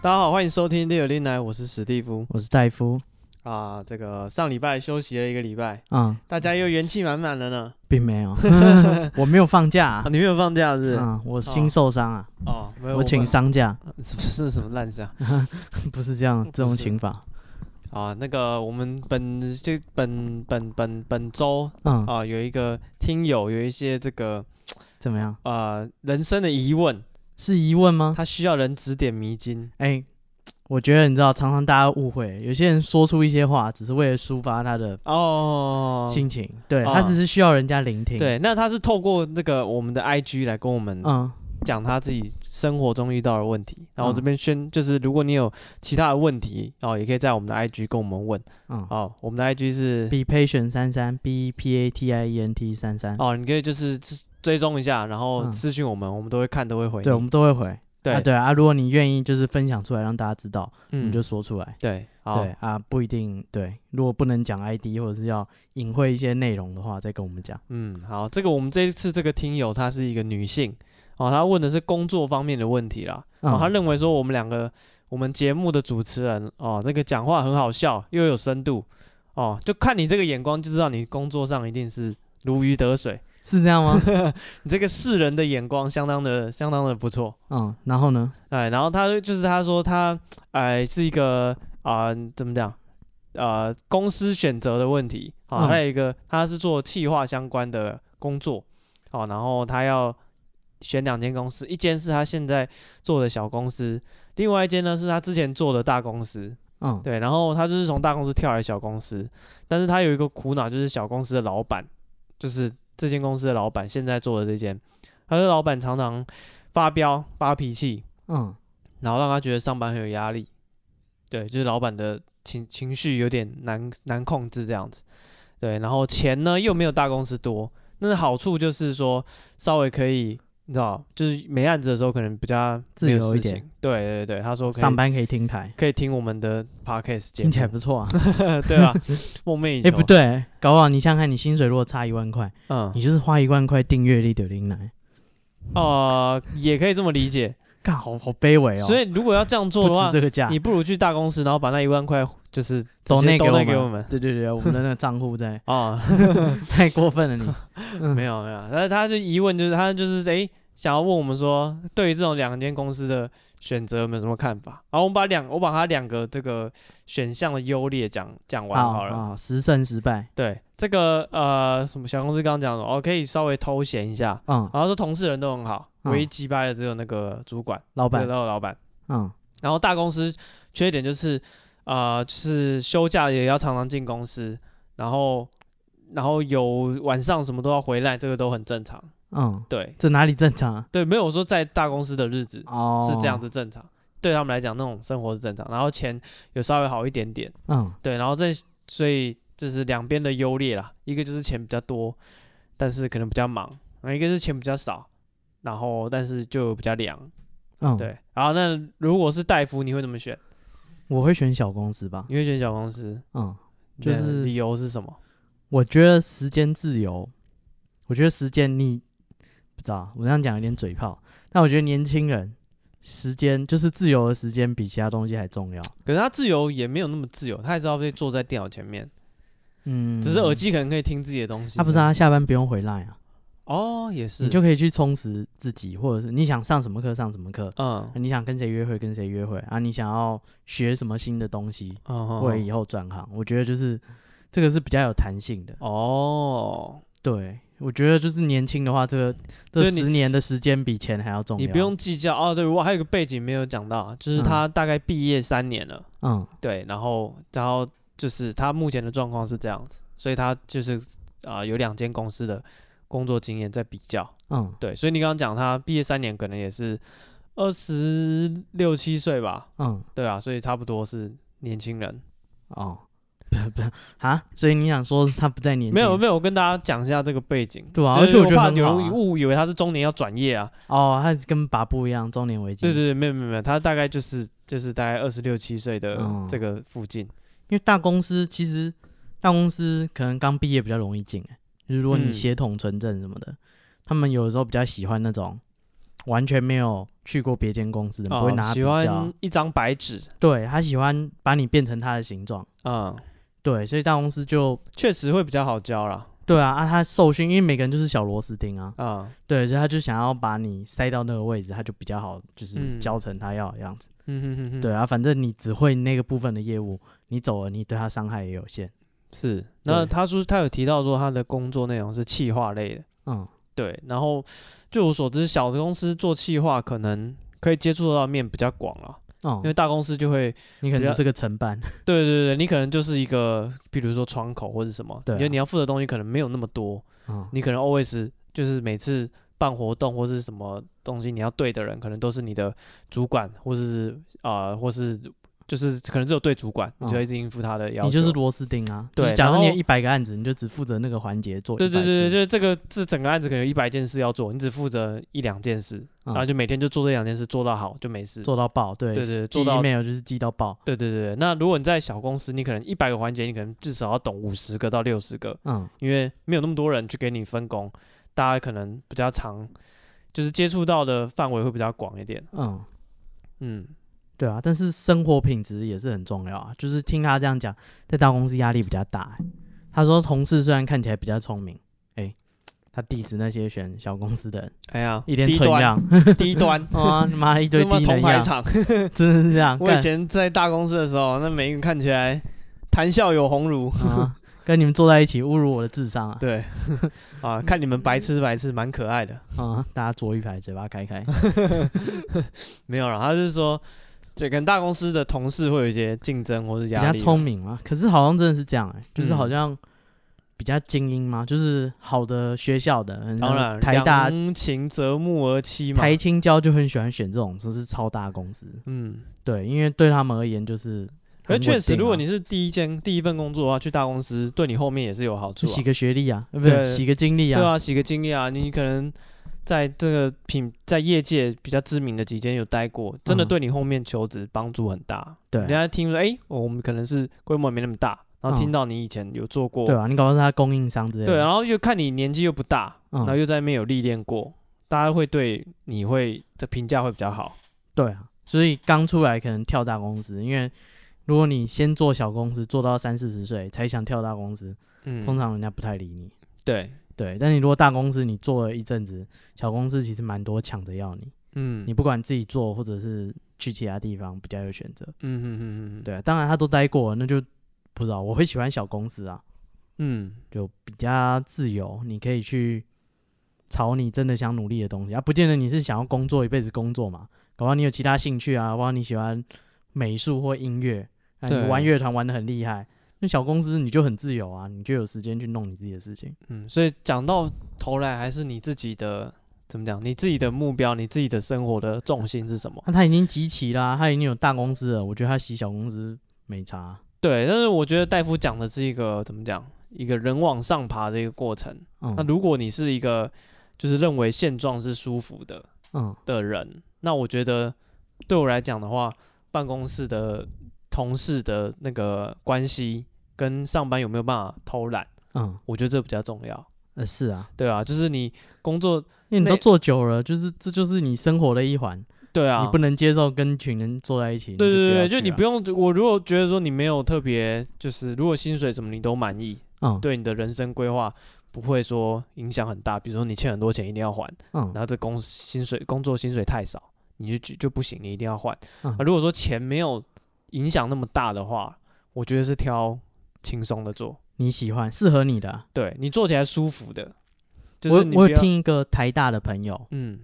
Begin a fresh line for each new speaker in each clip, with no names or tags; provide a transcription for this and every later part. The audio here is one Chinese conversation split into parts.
大家好，欢迎收听《六零来》，我是史蒂夫
我是戴夫
啊。这个上礼拜休息了一个礼拜，
啊、
大家又元气满满了呢。
并 没有， 我没有放假啊
啊，，你没有放假是不是？
嗯我心受伤啊，
哦，没有，
我请
们
丧假，
是是什么烂假？
不是这样这种
不是
请法，
啊，那个我们本就本本本本周
嗯，
啊，有一个听友有一些这个
怎么样？
呃人生的疑问，
是疑问吗？
他需要人指点迷津。
哎、我觉得你知道，常常大家误会，有些人说出一些话，只是为了抒发他的
哦，
心情，对
哦
他只是需要人家聆听，，
对，那他是透过那个我们的 IG 来跟我们
嗯，
讲他自己生活中遇到的问题。然后我
嗯
这边宣，就是如果你有其他的问题，哦，也可以在我们的 IG 跟我们问。
嗯
哦，我们的 IG 是
，be patient 三三，b p a t i e n t 三三，
哦，你可以就是追踪一下，然后
嗯
私讯我们，我们都会看，都会回你。
对，我们都会回。
对
啊，对啊，如果你愿意，就是分享出来让大家知道，
嗯，
你就说出来。
对，好
对，啊，不一定对。如果不能讲 ID 或者是要隐晦一些内容的话，再跟我们讲。
嗯，好，这个我们这一次这个听友她是一个女性，哦，她问的是工作方面的问题啦。
嗯
哦，她认为说我们两个，我们节目的主持人，哦，这个讲话很好笑又有深度，哦，就看你这个眼光就知道你工作上一定是如鱼得水。
是这 样吗？
你这个世人的眼光相当的相当的不错，
嗯，然后呢？
哎，然后他就是他说他哎是一个啊、怎么讲呃公司选择的问题啊，
嗯
还有一个他是做企划相关的工作哦，然后他要选两间公司，一间是他现在做的小公司，另外一间呢是他之前做的大公司，
嗯，
对，然后他就是从大公司跳来小公司，但是他有一个苦恼，就是小公司的老板，就是这间公司的老板现在做的这间，他的老板常常发飙发脾气，
嗯，
然后让他觉得上班很有压力，对，就是老板的情情绪有点难难控制这样子，对，然后钱呢又没有大公司多，但是好处就是说稍微可以。你知道，就是没案子的时候，可能比较
自
没有
由
事
一点
情。对对对，他说可以
上班可以听台，
可以听我们的 podcast 节目，
听起来不错啊。
对啊，梦寐以求。
哎，不，对，搞不好你想想看，你薪水如果差一万块，
嗯
你，就是花一万块订阅力的零奶，
哦、 也可以这么理解。
干好好卑微哦。
所以如果要这样
不
做的
值
话，
这个价
你。不如去大公司，然后把那一万块就是
抖
内
内
给
给我
给我
们
们。
对对对，我们的那个账户在
哦，
太过分了，你
没有没有，但是他就疑问就是他就是诶，想要问我们说，对于这种两间公司的选择有没有什么看法？然后我们把两我把他两个这个选项的优劣讲讲 完好了。
啊，十胜十败。
对，这个呃什么小公司刚刚讲的，哦可以稍微偷闲一下。
嗯，
然后说同事人都很好，
嗯
唯一击败的只有那个主管，
老
这个
板，
都有老板。
嗯
然后大公司缺点就是，呃，就是休假也要常常进公司，然后然后有晚上什么都要回来，这个都很正常。
嗯，
对
这哪里正常啊？
对，没有说在大公司的日子
哦，
是这样。子正常，对他们来讲那种生活是正常，然后钱有稍微好一点点，
嗯，
对，然后这所以就是两边的优劣啦，一个就是钱比较多，但是可能比较忙，然后一个是钱比较少，然后但是就比较凉，
嗯，
对。然后那如果是戴夫，你会怎么选？
我会选小公司吧。
你会选小公司？
嗯，
你
就
的
是
理由是什么？
我觉得时间自由，我觉得时间你不知道，我这样讲有点嘴炮，但我觉得年轻人时间就是自由的时间比其他东西还重要。
可是他自由也没有那么自由，他还是要被坐在电脑前面，
嗯，
只是耳机可能可以听自己的东西。
啊，不是他下班不用回来啊，
哦，也是，
你就可以去充实自己，或者是你想上什么课上什么课，
嗯
你想跟谁约会跟谁约会啊，你想要学什么新的东西，
嗯
或者以后转行，我觉得就是这个是比较有弹性的。
哦，
对，我觉得就是年轻的话，这个
就
这
是你
十年的时间比钱还要嗯重要。
你不用计较哦。对，我还有一个背景没有讲到，就是他大概毕业三年了，
嗯。
对，然后然后就是他目前的状况是这样子，所以他就是啊、有两间公司的工作经验在比较，
嗯
对，所以你刚刚讲他毕业三年可能也是二十六七岁吧，
嗯
对啊，所以差不多是年轻人。
哦，不是不是啊，所以你想说他不在年
没有
轻
没有，我跟大家讲一下这个背景。
对啊
就
而
是
且我觉得
怕
很
有
好
人
啊
误以为他是中年要转业啊。
哦，他跟拔布一样中年危机。
对对，对，没有没有没有，他大概就是就是大概二十六七岁的
嗯
这个附近。
因为大公司其实大公司可能刚毕业比较容易进、欸，就是如果你
嗯
协同纯正什么的，他们有的时候比较喜欢那种完全没有去过别间公司，不会拿
哦、
它
喜
比
欢
较。
一张白纸，
对他喜欢把你变成他的形状，
嗯，
对，所以大公司就
确实会比较好教啦，
对啊啊，他受训，因为每个人就是小螺丝钉啊，
嗯
对，所以他就想要把你塞到那个位置，他就比较好，就是
嗯
教成他要的样子。
嗯哼哼哼，
对啊，反正你只会那个部分的业务，你走了，你对他伤害也有限。
是。那
对
他说他有提到说他的工作内容是企划类的，
嗯，
对。然后据我所知，小的公司做企划可能可以接触到的面比较广了，
哦
因，为大啊公司就会，
你可
比
能
较
只是个 承办，
对对对，你可能就是一个，比如说窗口或者什么，
对啊
因为你要负责的东西可能没有那么多，
嗯，
你可能 always 就是每次。办活动或是什么东西，你要对的人可能都是你的主管，或是啊、呃或是就是可能只有对主管，你就
嗯
要一直应付他的要求。
你就是螺丝钉啊。
对
就是假
然
如
后
你有一百个案子，你就只负责那个环节做100
对
次。
对对对，就是这个这整个案子可能有一百件事要做，你只负责一两件事，然
嗯
后就每天就做这两件事，做到好就没事。
做到爆，对
对对，
寄
做到
email 就是寄到爆，
对对对。对那如果你在小公司，你可能一百个环节，你可能至少要懂五十个到六十个，
嗯，
因为没有那么多人去给你分工，大家可能比较长，就是接触到的范围会比较广一点。
嗯，
嗯，
对啊，但是生活品质也是很重要啊。就是听他这样讲，在大公司压力比较大欸、他说同事虽然看起来比较聪明，哎、他 diss 那些选小公司的人，
哎呀，
一脸
低
蠢
端，
样，。
低端
哇，你妈一堆
那么
低
同
能
排
样，
场，
真的是这样。
我以
干
前在大公司的时候，那每个人看起来谈笑有鸿儒，
啊，跟你们坐在一起侮辱我的智商啊！
对，啊，看你们白痴白痴，蛮可爱的。
啊，大家坐一排，嘴巴开开。
没有啦，他是说，这跟大公司的同事会有一些竞争或是
比
压
较
力啊。
聪明嘛，可是好像真的是这样哎、就是好
嗯
像比较精英嘛，就是好的学校的，很像
当然，
台大、
良禽择木而栖嘛。
台青交就很喜欢选这种就是超大公司，
嗯，
对，因为对他们而言就是
而
很稳定啊、
确实，如果你是第一间第一份工作的话，去大公司对你后面也是有好处
就
啊。
洗个学历啊，呃不
对
是洗个经历
对
啊，
啊，洗个经历啊，你可能在这个品在业界比较知名的几间有待过，真的
嗯
对你后面求职帮助很大。
对
人家听说，哎、我们可能是规模没那么大，然后听
嗯
到你以前有做过，
对啊，你搞到是他供应商之类的，
对，啊然后又看你年纪又不大，然后
嗯，
又在那边有历练过，大家会对你会的评价会比较好。
对啊，所以刚出来可能跳大公司，因为如果你先做小公司，做到三四十岁才想跳大公司，
嗯，
通常人家不太理你。
对，
对，但你如果大公司你做了一阵子，小公司其实蛮多抢着要你，
嗯，
你不管自己做或者是去其他地方比较有选择。
嗯嗯嗯嗯，，
对、啊，当然他都待过了，那就不知道我会喜欢小公司啊，
嗯
就比较自由，你可以去朝你真的想努力的东西啊，不见得你是想要工作一辈子工作嘛，搞不好你有其他兴趣啊，搞不好你喜欢美术或音乐，啊、
对
你玩乐团玩的很厉害，那小公司你就很自由啊，你就有时间去弄你自己的事情。
嗯，所以讲到头来还是你自己的怎么讲，你自己的目标，你自己的生活的重心是什么？
那、啊他已经集齐啦、他已经有大公司了，我觉得他洗小公司没差。啊
对，但是我觉得戴夫讲的是一个怎么讲，一个人往上爬的一个过程。
嗯，
那如果你是一个就是认为现状是舒服的
嗯
的人，那我觉得对我来讲的话，办公室的同事的那个关系跟上班有没有办法偷懒，
嗯，
我觉得这比较重要，
呃是啊，
对啊，就是你工作，
因为你
那
都做久了，就是这就是你生活的一环，
对啊，
你不能接受跟群人坐在一起。
对对对，
就
就你不
要去啊
用。我如果觉得说你没有特别，就是如果薪水什么你都满意，
啊，嗯
对你的人生规划不会说影响很大。比如说你欠很多钱一定要还，然
嗯
后这工薪水工作薪水太少，你就就就不行，你一定要换。
嗯
啊，如果说钱没有影响那么大的话，我觉得是挑轻松的做，
你喜欢适合你的啊。
对你做起来舒服的，就
我
是你
我
不
有
要
听一个台大的朋友，
嗯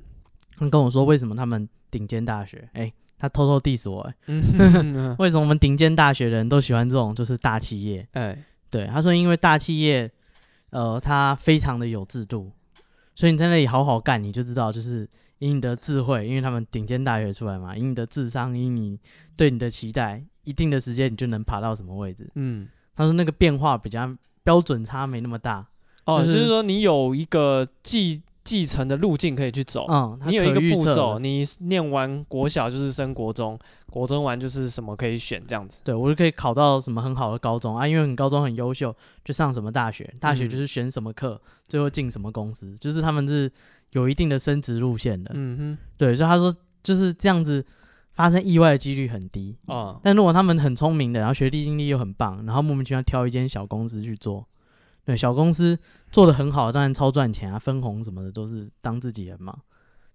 他跟我说为什么他们顶尖大学，哎，他偷偷 diss 我，哎
嗯
为什么我们顶尖大学的人都喜欢这种就是大企业？
哎
对，他说因为大企业，呃，它非常的有制度，所以你在那里好好干，你就知道，就是以你的智慧，因为他们顶尖大学出来嘛，以你的智商，以你对你的期待，一定的时间你就能爬到什么位置。
嗯。
他说那个变化比较标准差没那么大，
哦，
就
就是是说你有一个既继承的路径可以去走。
嗯，它
哦你有一
可
个
预
步
测
骤，
的，
你念完国小就是升国中，国中完就是什么可以选这样子。
对我就可以考到什么很好的高中啊，因为你高中很优秀，就上什么大学，大学
嗯
就是选什么课，最后进什么公司，就是他们是有一定的升职路线的。
嗯
对，所以他说就是这样子，发生意外的几率很低。
哼，啊、
嗯但如果他们很聪明的，然后学历经历又很棒，然后莫名其妙挑一间小公司去做，对，小公司做的很好，当然超赚钱啊，分红什么的都是当自己人嘛，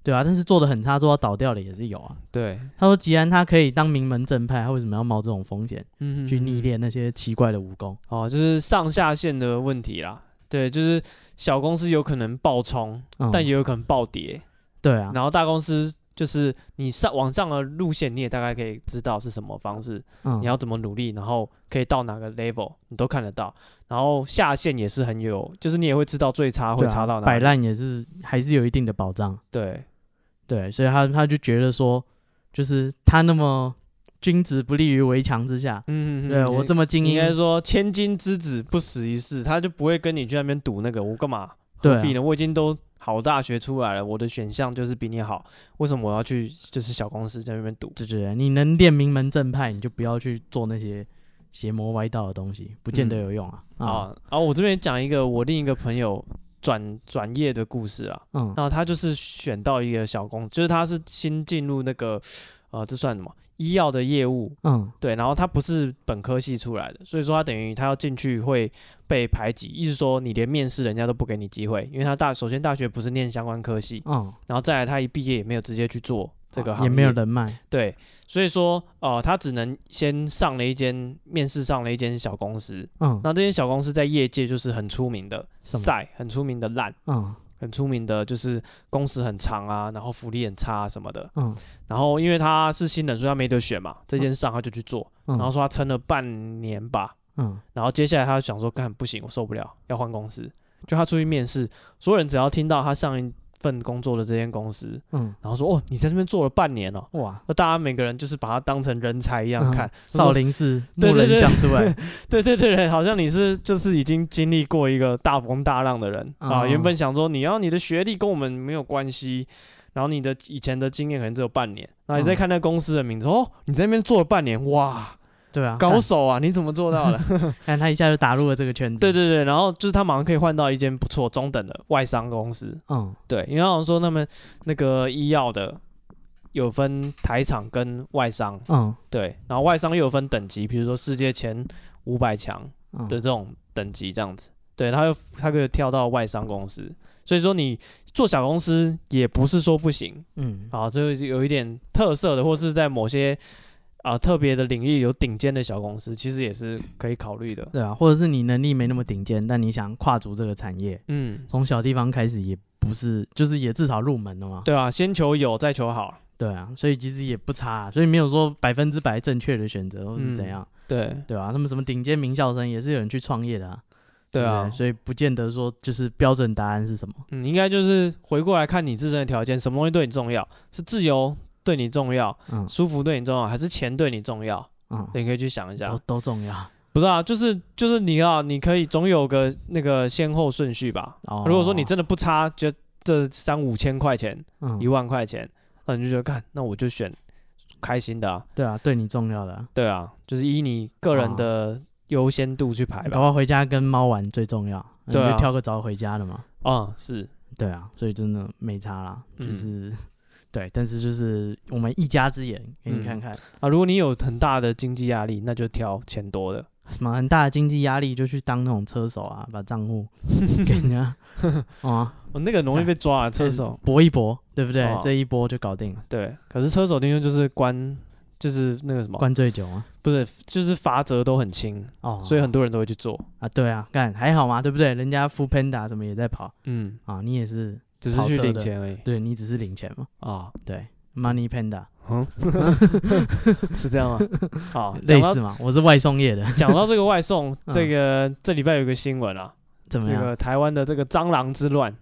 对啊，但是做的很差，做到倒掉的也是有啊。
对，嗯
他说，既然他可以当名门正派，他为什么要冒这种风险
嗯哼
去逆练那些奇怪的武功？
哦，就是上下线的问题啦。对，就是小公司有可能爆冲，
嗯
但也有可能暴跌。
对啊，
然后大公司就是你上往上的路线，你也大概可以知道是什么方式，
嗯，
你要怎么努力，然后可以到哪个 level，你都看得到。然后下线也是很有，就是你也会知道最差
对
会
啊
差到哪
摆
里。
烂也是还是有一定的保障。
对，
对，所以他他就觉得说，就是他那么君子不立于围墙之下，
嗯，
对我这
么
么精
应
英，
该说千金之子不死一世，他就不会跟你去那边赌那个，我干嘛？
对
何
啊
必呢？我已经都好大学出来了，我的选项就是比你好，为什么我要去就是小公司在那边赌？
对对对，你能练名门正派，你就不要去做那些邪魔歪道的东西，不见
嗯
得有用啊。啊，
啊，然后我这边讲一个我另一个朋友转转业的故事啊，
嗯，
那他就是选到一个小公司，就是他是新进入那个呃，这算什么医药的业务？
嗯，
对，然后他不是本科系出来的，所以说他等于他要进去会被排挤，意思说你连面试人家都不给你机会，因为他大首先大学不是念相关科系，
嗯，
然后再来他一毕业也没有直接去做这个行业，
啊也没有人脉，
对，所以说呃，他只能先上了一间面试上了一间小公司，
嗯
那这间小公司在业界就是很出名的
什么
赛，很出名的烂，
嗯
很出名的，就是工时很长啊，然后福利很差、啊、什么的。
嗯
然后因为他是新人，所以他没得选嘛，这件上他就去做，
嗯，
然后说他撑了半年吧，
嗯
然后接下来他想说，干不行，我受不了，要换公司。就他出去面试，所有人只要听到他上一份工作的这间公司，
嗯，
然后说哦，你在这边做了半年哦，
哇，
那大家每个人就是把他当成人才一样
嗯
看，就说
少林寺
对
木
对
人
对
像出 来，
对对对对，好像你是就是已经经历过一个大风大浪的人、
哦
啊。原本想说你要你的学历跟我们没有关系，然后你的以前的经验可能只有半年，然后你再
嗯
看那公司的名字，哦，你在那边做了半年，哇，
对啊，
高
看
手啊，你怎么做到的？
看他一下就打入了这个圈子，
对，对对，然后就是他马上可以换到一间不错中等的外商公司，
嗯
对，因为好像说他们那个医药的有分台厂跟外商，
嗯
对，然后外商又有分等级，比如说世界前五百强，
嗯，
的这种等级这样子。对，他又他可以跳到外商公司，所以说你做小公司也不是说不行
嗯
啊，就是有一点特色的，或是在某些啊、特别的领域有顶尖的小公司，其实也是可以考虑的。
对啊，或者是你能力没那么顶尖，但你想跨足这个产业，
嗯，
从小地方开始也不是，就是也至少入门了嘛，
对啊，先求有，再求好。
对啊，所以其实也不差啊、所以没有说百分之百正确的选择或是怎
嗯
样，
对，
对啊，他们什么顶尖名校生也是有人去创业的啊，
对
不
啊，
所以不见得说就是标准答案是什么，
嗯，应该就是回过来看你自身的条件，什么东西对你重要？是自由对你重要，
嗯
舒服对你重要，还是钱对你重要？
嗯，
对，你可以去想一下
都。都重要。
不是啊，就是就是你啊，你可以总有个那个先后顺序吧。
哦
如果说你真的不差，就这三五千块钱、
嗯
一，万块钱，那你就觉得看，那我就选开心的啊，
对啊，对你重要的啊，
对啊，就是依你个人的
哦
优先度去排
搞
吧。
不好回家跟猫玩最重要，你
对啊
就挑个早回家的嘛。
嗯，是，
对啊，所以真的没差啦，就
嗯
是、对，但是就是我们一家之言给你看
嗯
看，
啊，如果你有很大的经济压力，那就挑钱多的。
什么很大的经济压力就去当那种车手啊，把 账户给人家，哦啊。
哦、那个容易被抓、啊，车手。
搏一搏，对不对？
哦
这一波就搞定了，
对，可是车手听说就是关，就是那个什么，
灌醉酒啊！
不是，就是罚则都很轻，
哦，
所以很多人都会去做。
啊，对啊，干还好嘛，对不对？人家 f o o Panda 什么也在跑
嗯，
啊，你也是，
只是
跑
去
车
领
的
钱而已。
对你只是领钱嘛，
啊，
对，Money Panda
嗯， 是这样 吗？好，
类
讲到
似嘛，我是外送业的，
讲到这个外送，
嗯
这个这礼拜有个新闻啊，
怎么
这
样？
个台湾的这个蟑螂之乱，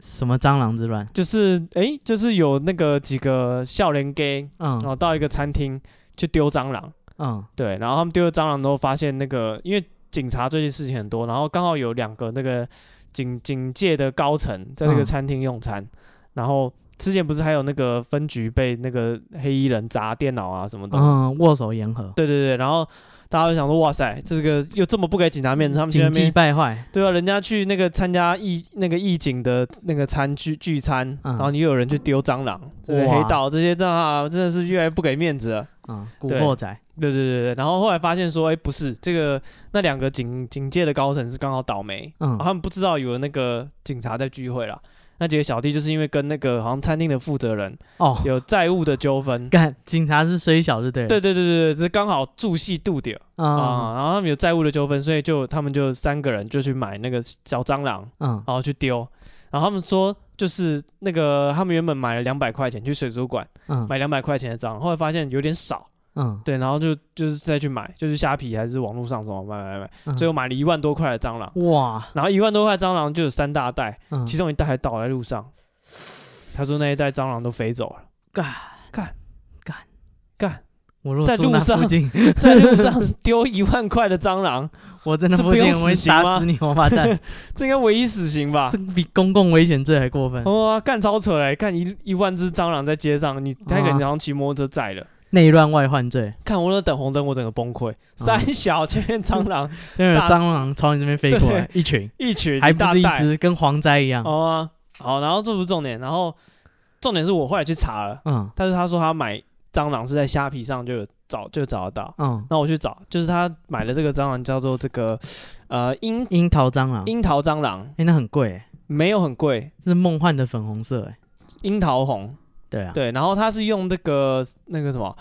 什么蟑螂之乱？
就是诶，就是有那个几个笑脸 gay，
嗯
然后到一个餐厅去丢蟑螂，
嗯
对，然后他们丢了蟑螂之后，发现那个因为警察最近事情很多，然后刚好有两个那个警警界的高层在那
嗯
个餐厅用餐，然后之前不是还有那个分局被那个黑衣人砸电脑啊什么的，
嗯，握手言和，
对对对，然后大家就想说，哇塞，这个又这么不给警察面子，他们去那
谨记
边
败坏，
对啊，人家去那个参加义那个义警的那个餐聚聚餐，
嗯
然后你又有人去丢蟑螂，这个
哇
黑道这些蟑螂啊真的是越来越不给面子了。
嗯，古
对
惑仔，
对对对对，然后后来发现说，哎、不是这个那两个警警界的高层是刚好倒霉，
嗯
然后他们不知道有那个警察在聚会啦。那几个小弟就是因为跟那个好像餐厅的负责人
哦，，
有债务的纠纷
干，警察是虽小就对了，
对对对对对，这刚好注戏度掉
嗯
啊，然后他们有债务的纠纷，所以就他们就三个人就去买那个小蟑螂，
嗯
然后去丢。然后他们说，就是那个他们原本买了两百块钱去水族馆
嗯
买两百块钱的蟑螂，后来发现有点少，
嗯
对，然后就就是再去买，就是虾皮还是网络上什么买买买，
嗯，
最后买了一万多块的蟑螂，
哇，
然后一万多块蟑螂就有三大袋，
嗯
其中一袋还倒在路上。他说那一袋蟑螂都飞走了，
干
干
干
干，
嗯我如果
在
住
路
那
上
附近，
在路 上丢一万块的蟑螂，
我在那
这
附
不
近
用
我会
死刑
打
吗
死你，王八 蛋，
这应该唯一死刑吧
这？比公共危险罪还过分
哇、，干超扯嘞！干一一万只蟑螂在街上，你那个
啊
你好像骑摩托车载了。
内乱外患罪，
看我那等红灯，我整个崩
嗯
溃。三小前面蟑螂
因为有
大
蟑螂朝你这边飞过来，一群，
一群，
还
一
不
大
是一
袋
只，跟蝗灾一样，
哦啊、好，然后这不是重点，然后重点是我后来去查了，
嗯
但是他说他买蟑螂是在虾皮上就有找就找得到。
嗯，
那我去找，就是他买的这个蟑螂叫做这个呃樱
樱桃蟑螂，
樱桃蟑螂，
哎，那很贵欸，
没有很贵，
这是梦幻的粉红色，哎，
樱桃红
对啊，
对，然后它是用那个那个什么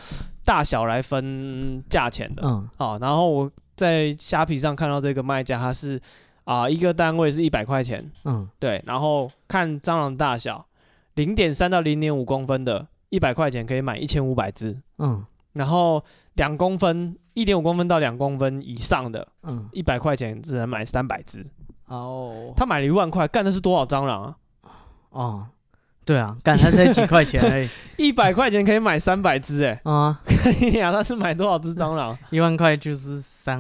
大小来分价钱的，
嗯
哦，然后我在虾皮上看到这个卖家，他是啊、一个单位是一百块钱，
嗯
对，然后看蟑螂大小，零点三到零点五公分的，一百块钱可以买一千五百只，
嗯
然后两公分、一点五公分到两公分以上的，
嗯，
一百块钱只能买三百只。
哦
他买了一万块，干的是多少蟑螂啊？
哦，对啊，干他才几块钱而已
一百块钱可以买三百只，哎，
啊，
看你啊，他是买多少只蟑 螂？
一万块就是三，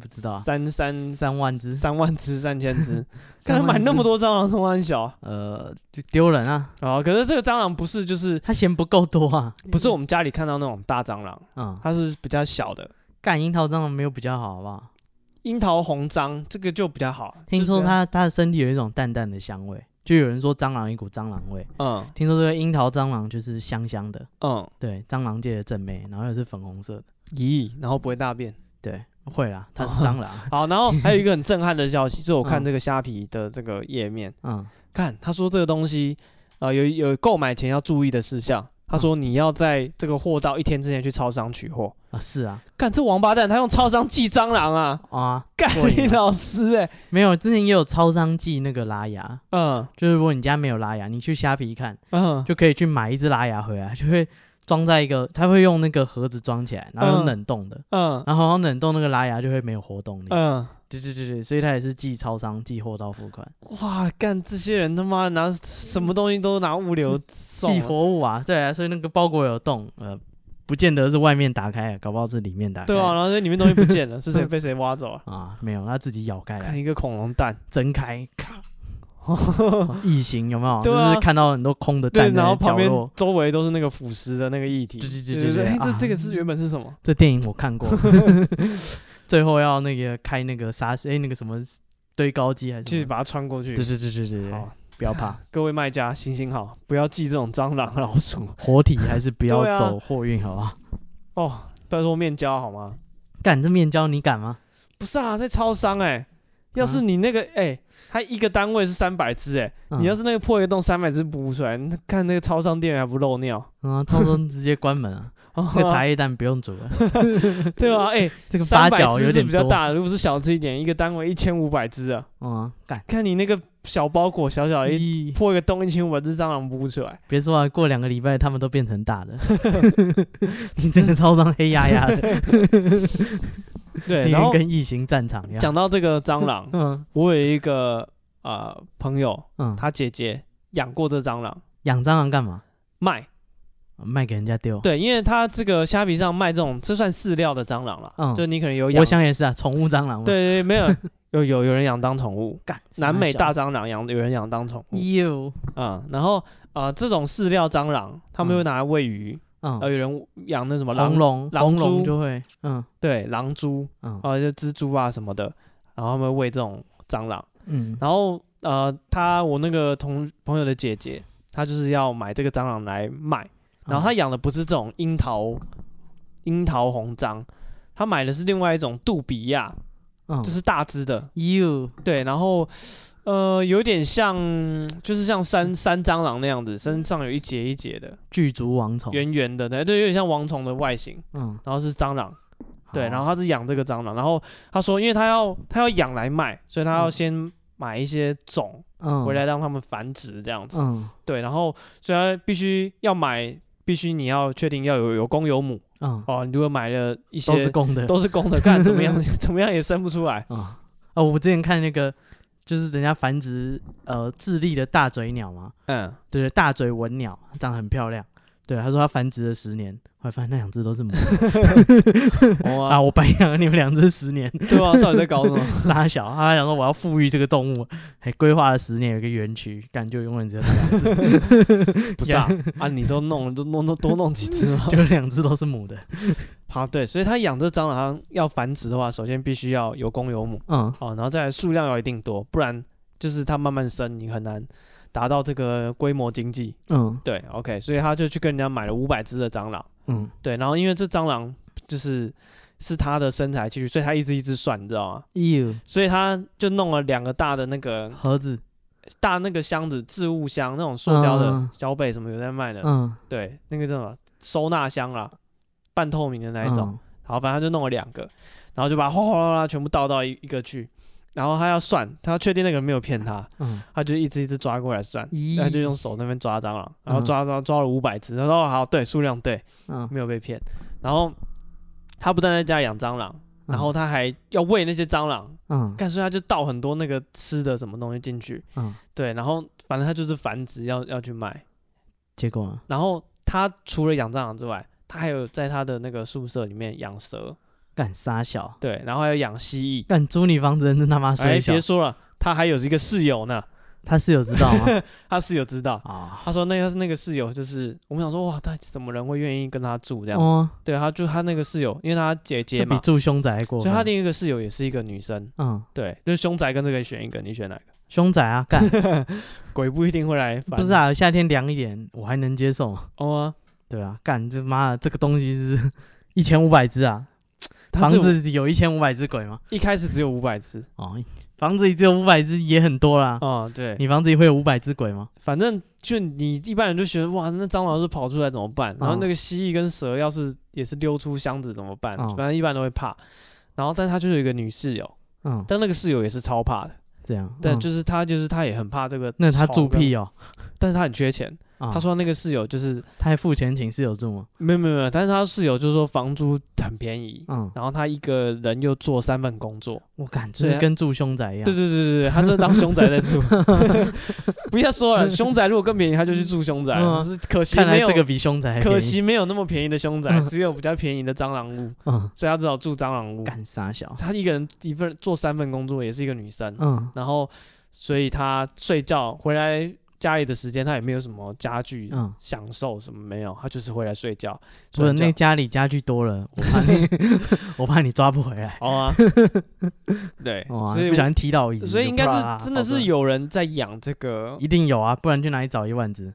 不知道啊，
三三
三万只，
三万只、 三千只，
三
看他
万
买那么
只，
多蟑螂，从很小啊。
呃，就丢人啊，
哦，可是这个蟑螂不是就是
他嫌不够多啊，
不是我们家里看到那种大蟑螂，
嗯，
它是比较小的
干樱桃蟑螂没有比较好，好不好？
樱桃红蟑，这个就比较好。
听
就
说
比较
它它的身体有一种淡淡的香味，就有人说蟑螂有一股蟑螂味，
嗯
听说这个樱桃蟑螂就是香香的，
嗯
对，蟑螂界的正妹，然后又是粉红色的，
咦，然后不会大便。
对，会啦，
哦
它是蟑螂，
好，然后还有一个很震撼的消 息，是我看
嗯
这个虾皮的这个页面，
嗯
看他说这个东西，呃，有有购买前要注意的事项。他说
嗯
你要在这个货到一天之前去超商取货。
啊是啊
干这王八蛋，他用超商寄蟑螂啊！
啊，
干
过
你
瘾啊
老师哎、
没有，之前也有超商寄那个拉牙，
嗯
就是如果你家没有拉牙，你去虾皮看
嗯，
就可以去买一只拉牙回来，就会装在一个，它会用那个盒子装起来，然后
嗯
用冷冻的，
嗯
然后好像冷冻那个拉牙就会没有活动力。
嗯。
对对对对，所以它也是寄超商寄货到付款，
哇，干这些人他妈拿什么东西都拿物流送
寄
啊，
活物啊，对啊，所以那个包裹有洞，呃，不见得是外面打开，啊搞不好是里面打开。
对啊，然后这里面东西不见了，是 谁被谁挖走啊？
啊，没有，它自己咬开来
看，一个恐龙蛋，
睁开， 咔，哦异形有没有？
对啊
就是看到很多空的
对，
蛋
然
在
后
角
旁边
落。
周围都是那个腐蚀的那个液体，
对对对
对
对对
哎，
啊
这这个是原本是什么？
这电影我看 过， 最后要那个开那个杀死哎那个什么堆高机还是什
去
么？
把它穿过去
对。对对对对对
好，，
不要怕，
各位卖家，行行好，不要寄这种蟑螂、老鼠
活体还是不要
对啊
走货运好不好？
哦，拜托面交好吗？
敢这面交你敢吗？
不是啊，在超商哎，要是
啊
你那个哎，它一个单位是三百只哎，
嗯
你要是那个破一个洞三百只补出来，那看那个超商店员还不漏尿？哦
啊，超商直接关门 啊，那个茶叶蛋不用煮了，
对 啊，哎、
这个八
三百
角有
只是
点
比较
多，
大的，如果是小只一点，一个单位一千五百只啊。
嗯，敢。
看你那个小包裹小小一
咦，
破一个洞，一千五百只蟑螂孵出来，
别说啊，过两个礼拜他们都变 成大的， 你整个超商黑压压的，
对。
你
然后
跟异形战场一样。
讲到这个蟑 螂，
嗯
我有一个呃朋友，
嗯，
他姐姐养过这蟑螂
养蟑螂干嘛？
卖，
卖给人家丢。
对，因为它这个虾皮上卖这种，这算饲料的蟑螂了，
嗯
就你可能有养，
我想也是啊，宠物蟑螂嘛。
对，对对，没有 有有有人养当宠物，
干
南美大
蟑
蟑螂养有人养当宠物
哟，
啊、然后呃这种饲料蟑螂，他们
嗯
会拿来喂鱼，
嗯，
呃有人养那什么
红
狼，
龙
狼
红龙
蛛
就会，嗯
对狼蛛
嗯
啊、就蜘蛛啊什么的，然后他们会喂这种蟑螂，
嗯，
然后呃他我那个同朋友的姐姐，她就是要买这个蟑螂来卖。然后他
嗯
养的不是这种樱桃樱桃红章，他买的是另外一种杜比亚，
嗯
就是大只的，
哟，
对，然后呃有点像就是像山山蟑螂那样子，身上有一节一节的
巨足王虫，
圆圆的，对，对，有点像蝗虫的外形，
嗯
然后是蟑螂，对，
好
然后他是养这个蟑螂，然后他说因为他要他要养来卖，所以他要
嗯
先买一些种
嗯
回来让他们繁殖这样子，
嗯
对，然后所以他必须要买。必须你要确定要有有公有母，
嗯
哦，你如果买了一些
都是公的
都是公的，干怎 么样怎么样也生不出来。
啊哦，我之前看那个就是人家繁殖呃智利的大嘴鸟嘛，
嗯，
对大嘴文鸟长得很漂亮。对，他说他繁殖了十年，后来发现那两只都是母的
哦
啊！
啊，
我白养了你们两只十年，
对啊，到底在搞什 么？
傻小。他想说我要富裕这个动物，还规划了十年有一个园区，感觉永远只有那两 只，
不是啊， 啊，你都弄了，都弄都多弄几只吗？
就两只都是母的。
好，对，所以他养这蟑螂要繁殖的话，首先必须要有公有母，
嗯
哦，然后再来数量要一定多，不然就是它慢慢生，你很难达到这个规模经济。
嗯
对，OK，所以他就去跟人家买了五百只的蟑螂，
嗯，
对，然后因为这蟑螂就是是他的身材器具，所以他一只一只算，你知道吗？
哟，
所以他就弄了两个大的那个
盒子，
大那个箱子，置物箱那种塑胶的
嗯
小北什么有在卖的，
嗯，
对，那个叫什么收纳箱啦，半透明的那
哪
一种。？然后反正他就弄了两个，然后就把它哗哗哗哗全部倒到一一个去，然后他要算，他要确定那个人没有骗他，
嗯，
他就一只一只抓过来算。
咦，
他就用手那边抓蟑螂，然后
嗯
抓抓抓了五百只，他说哦好对数量对，
嗯，
没有被骗。然后他不但在家养蟑螂，然后他还要喂那些蟑螂，
嗯
干脆他就倒很多那个吃的什么东西进去，
嗯，
对，然后反正他就是繁殖要要去卖，
结果呢
然后他除了养蟑螂之外，他还有在他的那个宿舍里面养蛇，
干傻小，
对，然后还有养蜥蜴，
干租你房子人真他妈
哎，
衰小
别，说了，他还有一个室友呢，
他室友知道 吗？
他室友知道。
啊，
他说那个那个室友就是，我们想说哇，他怎么人会愿意跟他住这样子？
哦，
对，他就他那个室友，因为他姐姐
这比
嘛，
住凶宅还过
所
分，
以他另一个室友也是一个女生。
嗯，
对，就是凶宅跟这个选一个，你选哪个？
凶宅啊， 干
鬼不一定会来烦。
不是，啊，夏天凉一点我还能接受，
哦、
对啊，干这妈的这个东西是 一千五百只啊，
他
房
这种
子有一千五百只鬼吗？
一开始只有五百只。
哦，房子里只有五百只也很多啦，
哦、对，
啊你房子里会有五百只鬼吗？
反正就你一般人就觉得哇，那蟑螂是跑出来怎么办？然后
嗯
那个蜥蜴跟蛇要是也是溜出箱子怎么办？
嗯
反正一般都会怕。然后，但他就是有一个女室友，
嗯，
但那个室友也是超怕的。
这样，
但
嗯
就是他，就是他也很怕这个。
那他住屁，哦，
但是他很缺钱。
啊
他说那个室友就是
他还付钱请室友住吗？
没有没有没有，但是他室友就是说房租很便宜，
嗯，
然后他一个人又做三份工作。
我感
所以
觉
他
跟住凶宅一样，
对对对对对，他真的当凶宅在 住。不要说了，凶宅如果更便宜，他就去住凶宅了。
嗯
是可惜
看来
没有
这个比凶宅还便宜
可惜没有那么便宜的凶宅，只有比较便宜的蟑螂屋，
嗯，
所以他只好住蟑螂屋。
干傻小，
他一个人一份做三份工作，也是一个女生，
嗯
然后所以他睡觉回来家里的时间，他也没有什么家具
嗯，
享受什么没有，他就是回来睡觉。
除了
睡觉
那家里家具多了，我怕 你，我怕你抓不回来，
哦 啊，对，
哇，
所以
不小心踢到椅
我
子，
所以应该
就啪啦
是真的是，有人在养这个
好的，一定有啊，不然去哪里找一万只？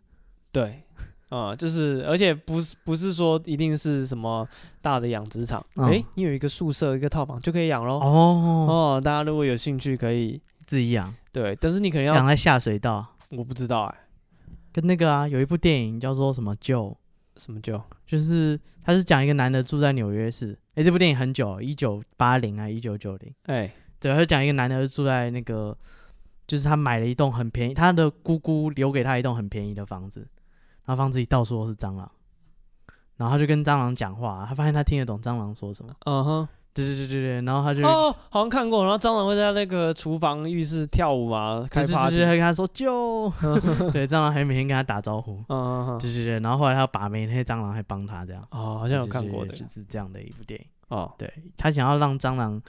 对。啊、就是，而且不是不是说一定是什么大的养殖场，
嗯
诶，你有一个宿舍一个套房就可以养喽。
哦，
哦，大家如果有兴趣可以
自己养，
对，但是你可能
养
要
在下水道，
我不知道哎、
跟那个啊，有一部电影叫做什么救，
什么酒？
就是他是讲一个男的住在纽约市，哎，这部电影很久，一九八零啊还一九九零。
哎、
对，他就讲一个男的住在那个，就是他买了一栋很便宜，他的姑姑留给他一栋很便宜的房子，然后房子里到处都是蟑螂，然后他就跟蟑螂讲话，他发现他听得懂蟑螂说什么，
嗯哼，
对对对对对，然后他就
哦，好像看过。然后蟑螂会在那个厨房、浴室跳舞嘛，
对
开
对
party
对，。还跟他说 救，对，蟑螂还每天跟他打招呼，
嗯嗯嗯
对对对，然后后来他把每天蟑螂还帮他这样，
哦，好
好
像有看过的
就是这样的一部电影，
哦。
对他想要让蟑螂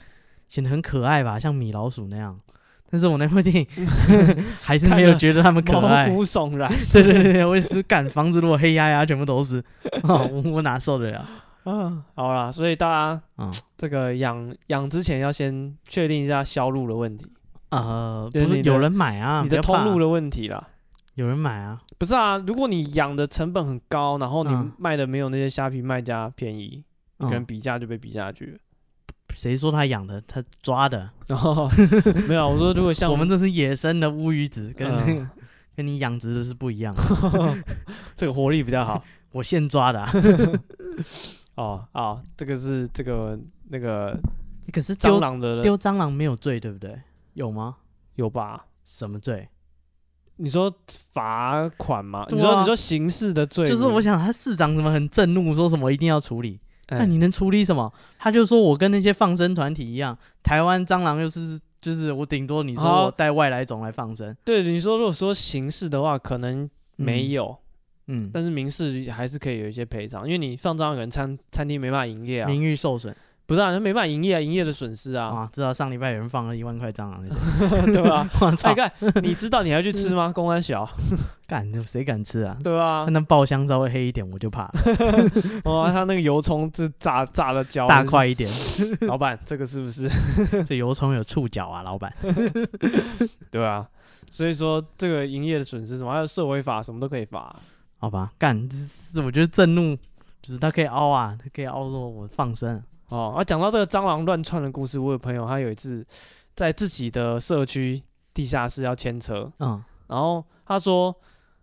显得很可爱吧，像米老鼠那样。但是我那部电 影还是没有觉得他们可
毛
爱，
骨悚然
对对对对，我也是干房子，如果黑压压全部都是，哦、我我哪受得了？
啊！好啦，所以大家
嗯
这个养养之前要先确定一下销路的问题，
呃，
就是
不是
你的
有人买啊，
你的
不要
通
怕
路的问题啦。
有人买啊，
不是啊，如果你养的成本很高，然后你
嗯
卖的没有那些虾皮卖家便宜，你可能
嗯，
比价就被比下去了。
谁说他养的？他抓的，
然 后没有啊，我说如果像
我们这是野生的乌鱼子，跟、那
嗯
个跟你养殖的是不一样的。
这个活力比较好
我现抓的、啊，
哦啊，这个是这个那个
可是
蟑
丢
螂的
丢蟑螂没有罪，对不对？有吗？
有吧？
什么罪？
你说罚款吗？
对啊
你说你说刑事的罪名，
就是我想他市长怎么很震怒，说什么一定要处理。
哎
那你能处理什么？他就说我跟那些放生团体一样，台湾蟑螂又是就是我顶多你
好
说我带外来种来放生，
对你说如果说刑事的话，可能没有，
嗯，
但是民事还是可以有一些赔偿，因为你放蟑螂可能餐餐厅没办法营业啊，
名誉受损
不是啊，他没办法营业啊，营业的损失啊，
啊！知道上礼拜有人放了一万块蟑螂那种，
对 吧？
我
哎，
操，
看你知道你还去吃
嗯
吗？公安 小，
敢谁敢吃啊？
对吧、啊？
那爆香稍微黑一点我就怕了，
哇、他那个油葱就炸炸了焦，
大块一点，
老板，这个是不是？
这油葱有触角啊，老板。
对啊，所以说这个营业的损失什么，还有社会法什么都可以罚、
好吧，干，这是我觉得震怒，就是他可以凹啊，他可以凹说我放生，
哦，啊，讲到这个蟑螂乱窜的故事，我有朋友他有一次在自己的社区地下室要牵车，
嗯，
然后他说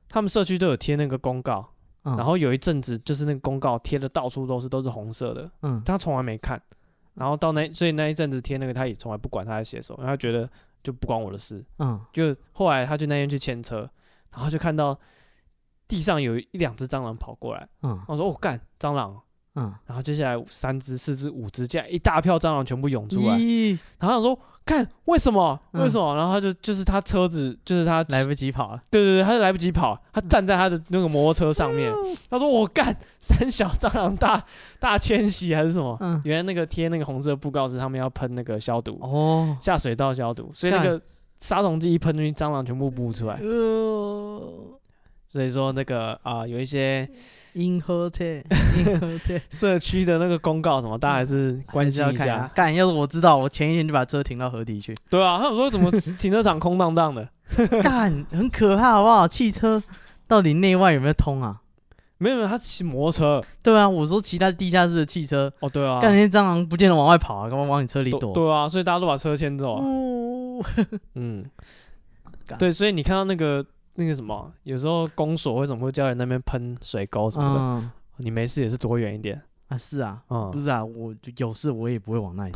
他们社区都有贴那个公告，
嗯
然后有一阵子就是那个公告贴的到处都是，都是红色的，
嗯，
他从来没看，然后到那所以那一阵子贴那个他也从来不管他在写什么，然后他觉得就不关我的事，
嗯，
就后来他就那天去牵车，然后就看到地上有一两只蟑螂跑过来，
嗯，
我说哦干蟑螂哦，
嗯，
然后接下来三只、四只、五只，这样一大票蟑螂全部涌出来，
咦，
然后他说看为什么
嗯
为什么，然后他就就是他车子就是他
来不及跑啊，
对对对，他就来不及跑，他站在他的那个摩托车上面，
嗯
他说我干三小蟑螂大大迁徙还是什么，
嗯，
原来那个贴那个红色布告是他们要喷那个消毒，
哦，
下水道消毒，所以那个杀虫剂一喷出去，蟑螂全部不出来。
嗯呃，
所以说那个啊、有一些
银河 车，银河车，
社区的那个公告什么，大家还是关心
还
一
是要看
下
啊。干，要是我知道，我前一天就把车停到河 底去。
对啊，他们说怎么停车场空荡荡的，
干，很可怕，好不好？汽车到底内外有没有通啊？
没有没有，他骑摩托车。
对啊，我说其他地下室的汽车，
哦，对啊，
干那些蟑螂不见得往外跑啊，干嘛往你车里
对
躲？
对啊，所以大家都把车牵走啊。
哦，
嗯，
干
对，所以你看到那个那个什么，有时候公所为什么会叫人那边喷水沟什么的，
嗯，
你没事也是躲远一点。
啊是啊，
嗯，
不是啊，我就有事我也不会 往那里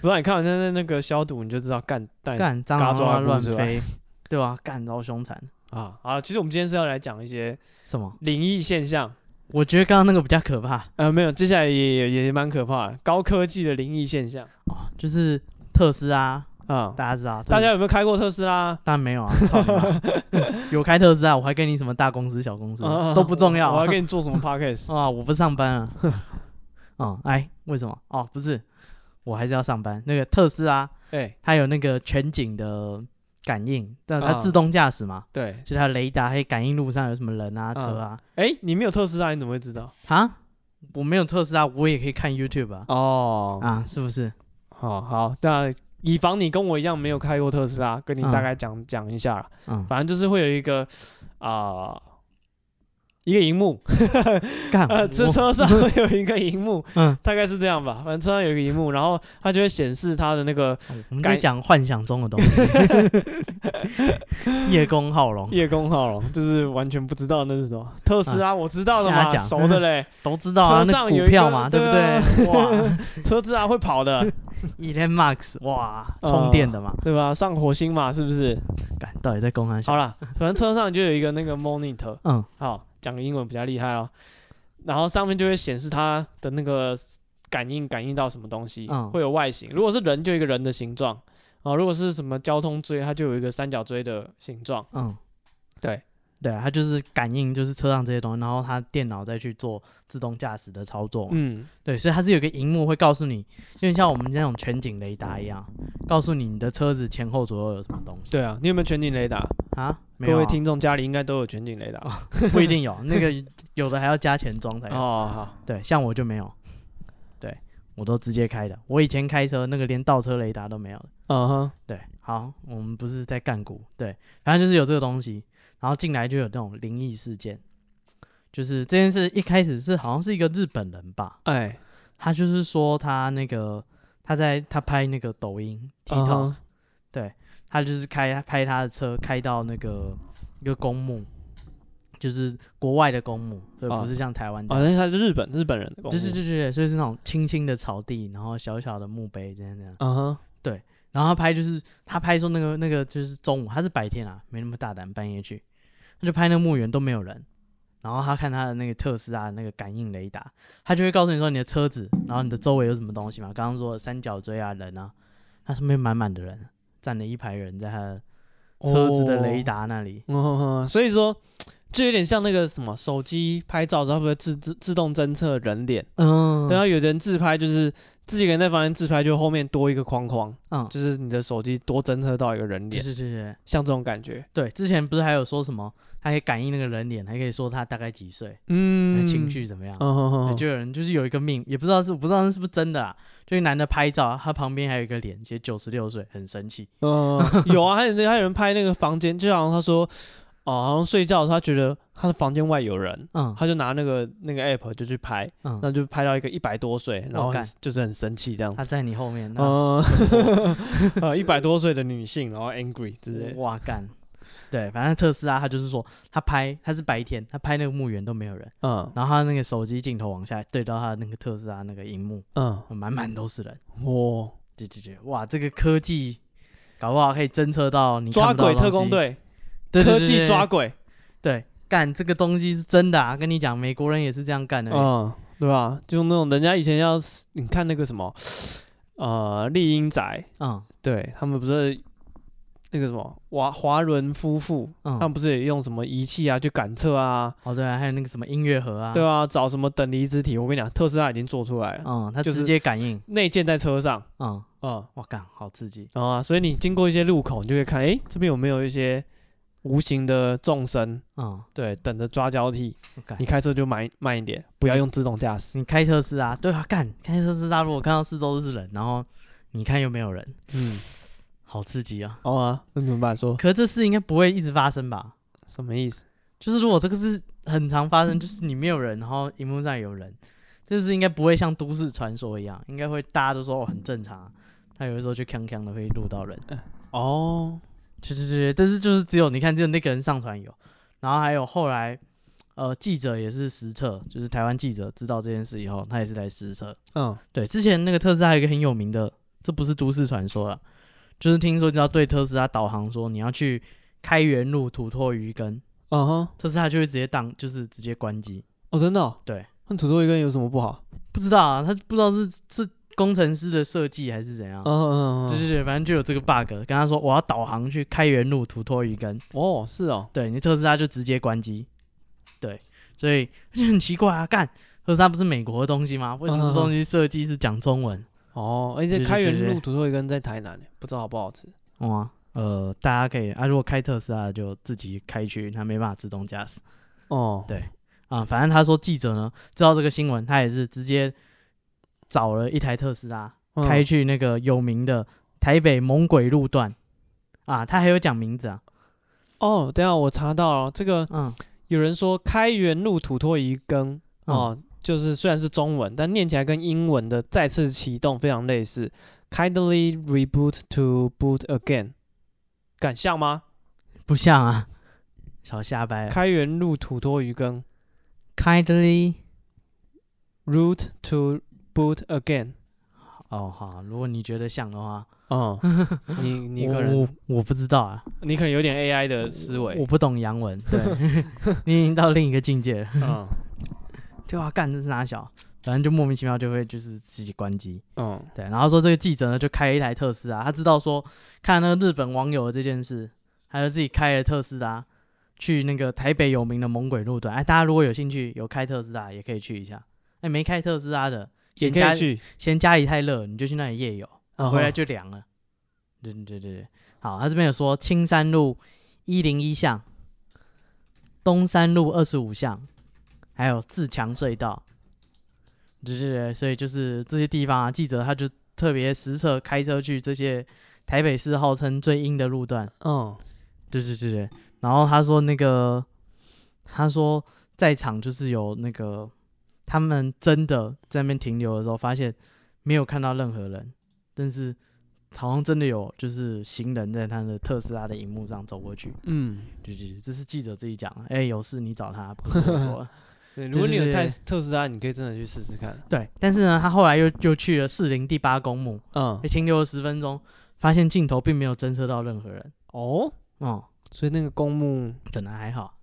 不然你看人家那那个消毒，你就知道干但
干，蟑
嘎
螂
抓
乱
不
乱
出来
飞，对吧、干到凶残。
啊。好了，其实我们今天是要来讲一些
什么？
灵异现象。
我觉得刚刚那个比较可怕
呃，没有，接下来也也也蛮可怕的，高科技的灵异现象
哦，就是特斯拉，
啊。
大家知道，
大家有没有开过特斯拉？
当然没 有啊，操你妈有开特斯拉，我还跟你什么大公 司小公司
啊
都不重要
我
啊
要跟你做什 么 podcast？
啊，我不上班啊。 哦，哎，为什么？哦，不是，我还是要上班。那个特斯拉
哎，
它有那个全景的感应，但它
啊
自动驾驶嘛，
对，
就是它雷达还感应路上有什么人啊、车啊，
哎，你没有特斯拉，你怎么会知道？
啊，我没有特斯拉，我也可以看 YouTube 啊，
哦，
啊，是不是？
好好，那以防你跟我一样没有开过特斯拉，跟你
嗯
大概讲讲一下啦，
嗯，
反正就是会有一个啊。一个荧幕，
干，
呃，
啊 我
这车上会有一个荧幕，
嗯，
大概是这样吧。反正车上有一个荧幕，然后它就会显示它的那个
我们
改
在讲幻想中的东西， 叶公好龙
叶公好龙，就是完全不知道那是什么。特斯拉我知道的嘛，
啊瞎讲
熟的嘞，
都知道啊，
车上有
那
一
股
个
票嘛，
对
对
啊
不 对？哇
车子啊会跑 的，
，Elon Musk，哇，
呃
充电的嘛，
对吧？上火星嘛，是不是？
干，到底在公安小？
好啦，反正车上就有一个那个 monitor，
嗯
好，讲个英文比较厉害哦。然后上面就会显示它的那个感应感应到什么东西，
嗯
会有外形。如果是人，就一个人的形状哦；如果是什么交通锥，它就有一个三角锥的形状。
嗯，
对
对啊，它就是感应就是车上这些东西，然后它电脑再去做自动驾驶的操作嘛。
嗯，
对，所以它是有个荧幕会告诉你，就点像我们那种全景雷达一样，告诉你你的车子前后左右有什么东西
对啊，你有没有全景雷达？
啊？没
各
有
位
啊、
听众家里应该都有全景雷达。哦，
不一定有，那个有的还要加钱
哎
装才有。
好，
对，像我就没有，对我都直接开的。我以前开车那个连倒车雷达都没有的。
嗯哼，
对，好，我们不是在干股，对，反正就是有这个东西，然后进来就有那种灵异事件，就是这件事一开始是好像是一个日本人吧，
哎，
他就是说他那个他在他拍那个抖音 TikTok，、
嗯哼
他就是开拍他的车开到那个一个公墓，就是国外的公墓，对，
哦
不是像台湾的。
哦，那他是日本日本人的公
对对
司
对对对，所以是那种青青的草地，然后小小的墓碑，这样这样。
嗯哼，
然后他拍就是他拍说那个那个就是中午，他是白天啊，没那么大胆，半夜去，他就拍那个墓园都没有人。然后他看他的那个特斯拉的那个感应雷达，他就会告诉你说你的车子，然后你的周围有什么东西嘛？刚刚说的三角锥啊，人啊，他身边满满的人，站了一排人在他的
哦
车子的雷达那里。
嗯哼哼，所以说就有点像那个什么手机拍照，它不会自自自动侦测人脸，
嗯，
然后有的人自拍就是自己一个人在房间自拍，就后面多一个框框，
嗯，
就是你的手机多侦测到一个人
对
脸，
对对对
像这种感觉，
对，之前不是还有说什么，他可以感应那个人脸，还可以说他大概几岁，
嗯，
情，绪怎么样？
嗯哼哼哼，
就有人就是有一个命，也不知道是我不知道那是不是真的啊。就一男的拍照，他旁边还有一个脸写九十六岁，很生气。
嗯，有啊，还有那还有人拍那个房间，就好像他说，哦，好像睡觉的时候他觉得他的房间外有人。
嗯
他就拿那个那个 app 就去拍，那
嗯，
就拍到一个一百多岁，然后很
干
就是很生气这样子
他。在你后面，那
嗯， 呃，一百多岁的女性，然后 angry 之类的。
哇干。对，反正特斯拉他就是说，他拍他是白天，他拍那个墓园都没有人，
嗯
然后他那个手机镜头往下对到他那个特斯拉那个荧幕，
嗯，
满满都是人。
哇，
对对对，哇，这个科技搞不好可以侦测到你
嗯抓
看不到
鬼
的
特
东
工
西，
队，
对对
科
对
技
对
抓鬼，
对，干这个东西是真的啊！跟你讲，美国人也是这样干的。
嗯，对吧？就那种人家以前要你看那个什么，呃，丽英仔，
嗯
对他们不是那个什么华华伦夫妇，
嗯
他，们不是也用什么仪器啊去感测啊，
哦，对、啊，还有那个什么音乐盒啊，
对啊，找什么等离子体？我跟你讲，特斯拉已经做出来了，
嗯，它
就是
直接感应，
内建在车上，
嗯，
嗯。
哇，干，好刺激，
然后啊，所以你经过一些路口，你就会看，诶，这边有没有一些无形的众生，
嗯，
对，等着抓交替。
我干
你，开车就慢慢一点，不要用自动驾驶。
你开特斯拉，对啊，干，开特斯拉，如果看到四周都是人，然后你看又没有人，
嗯，
好刺激啊！
好啊，那怎么办？说
可这事应该不会一直发生吧？
什么意思？
就是如果这个是很常发生，就是你没有人，然后荧幕上有人，这事应该不会像都市传说一样，应该会大家都说哦很正常啊。他有的时候就锵锵的会录到人，
哦，
对对对，但是就是只有你看，只有那个人上传有，然后还有后来，呃，记者也是实测，就是台湾记者知道这件事以后，他也是来实测。
嗯，
对，之前那个特斯拉还有一个很有名的，这不是都市传说了，就是听说你要对特斯拉导航说你要去开原路土托鱼羹，
嗯哼，
特斯拉就会直接当就是直接关机。
哦，真的、哦，
对，
那土豆一根有什么不好？
不知道啊，他不知道是是工程师的设计还是怎样。
嗯嗯嗯，
对对对，反正就有这个 bug，跟他说我要导航去开原路土托鱼羹，
哦，是哦，
对你特斯拉就直接关机。对，所以就很奇怪啊，干特斯拉不是美国的东西吗？为什么这东西设计是讲中文？
哦，而
对
且
对
开
对
元
对
路土豆一根在台南，不知道好不好吃。
哇、呃，大家可以啊，如果开特斯拉就自己开去，它没办法自动驾驶
哦，
啊。反正他说记者呢知道这个新闻，他也是直接找了一台特斯拉
嗯
开去那个有名的台北猛鬼路段啊，他还有讲名字啊，
哦，等一下我查到了，这个
嗯
有人说开元路土托一根
嗯
哦，就是虽然是中文，但念起来跟英文的再次启动非常类似，kindly reboot to boot again，敢像吗？
不像啊，小瞎掰了
开元路土托鱼羹
，kindly。
，root to boot again。
哦，好，如果你觉得像的话，
哦，你你可
我
能
我不知道啊，
你可能有点 AI 的思
我
维，
不懂 洋文，对，你已经到另一个境界了。
嗯，
对啊，干这是哪小？反正就莫名其妙就会就是自己关机。
嗯，
对，然后说这个记者呢就开了一台特斯拉，他知道说看那个日本网友的这件事，他就自己开了特斯拉去那个台北有名的猛鬼路段。哎，大家如果有兴趣，有开特斯拉也可以去一下。哎，没开特斯拉的
也
嫌
可
家
以去，
嫌家里太热，你就去那里夜游，
嗯
回来就凉了。对对对对，好，他这边有说青山路一零一巷、东山路二十五巷，还有自强隧道，就是所以就是这些地方啊，记者他就特别实测开车去这些台北市号称最阴的路段。
嗯
对对对对，然后他说那个，他说在场就是有那个他们真的在那边停留的时候，发现没有看到任何人，但是好像真的有就是行人在他的特斯拉的荧幕上走过去。
嗯，
对对对，这是记者自己讲的，哎、有事你找他，不是我说的。
对，如果你有
对
泰特斯拉，你可以真的去试试看。
对，但是呢，他后来又又去了士林第八公墓，
嗯
也，停留了十分钟，发现镜头并没有侦测到任何人。
哦，
哦、
所以那个公墓，
本来还好，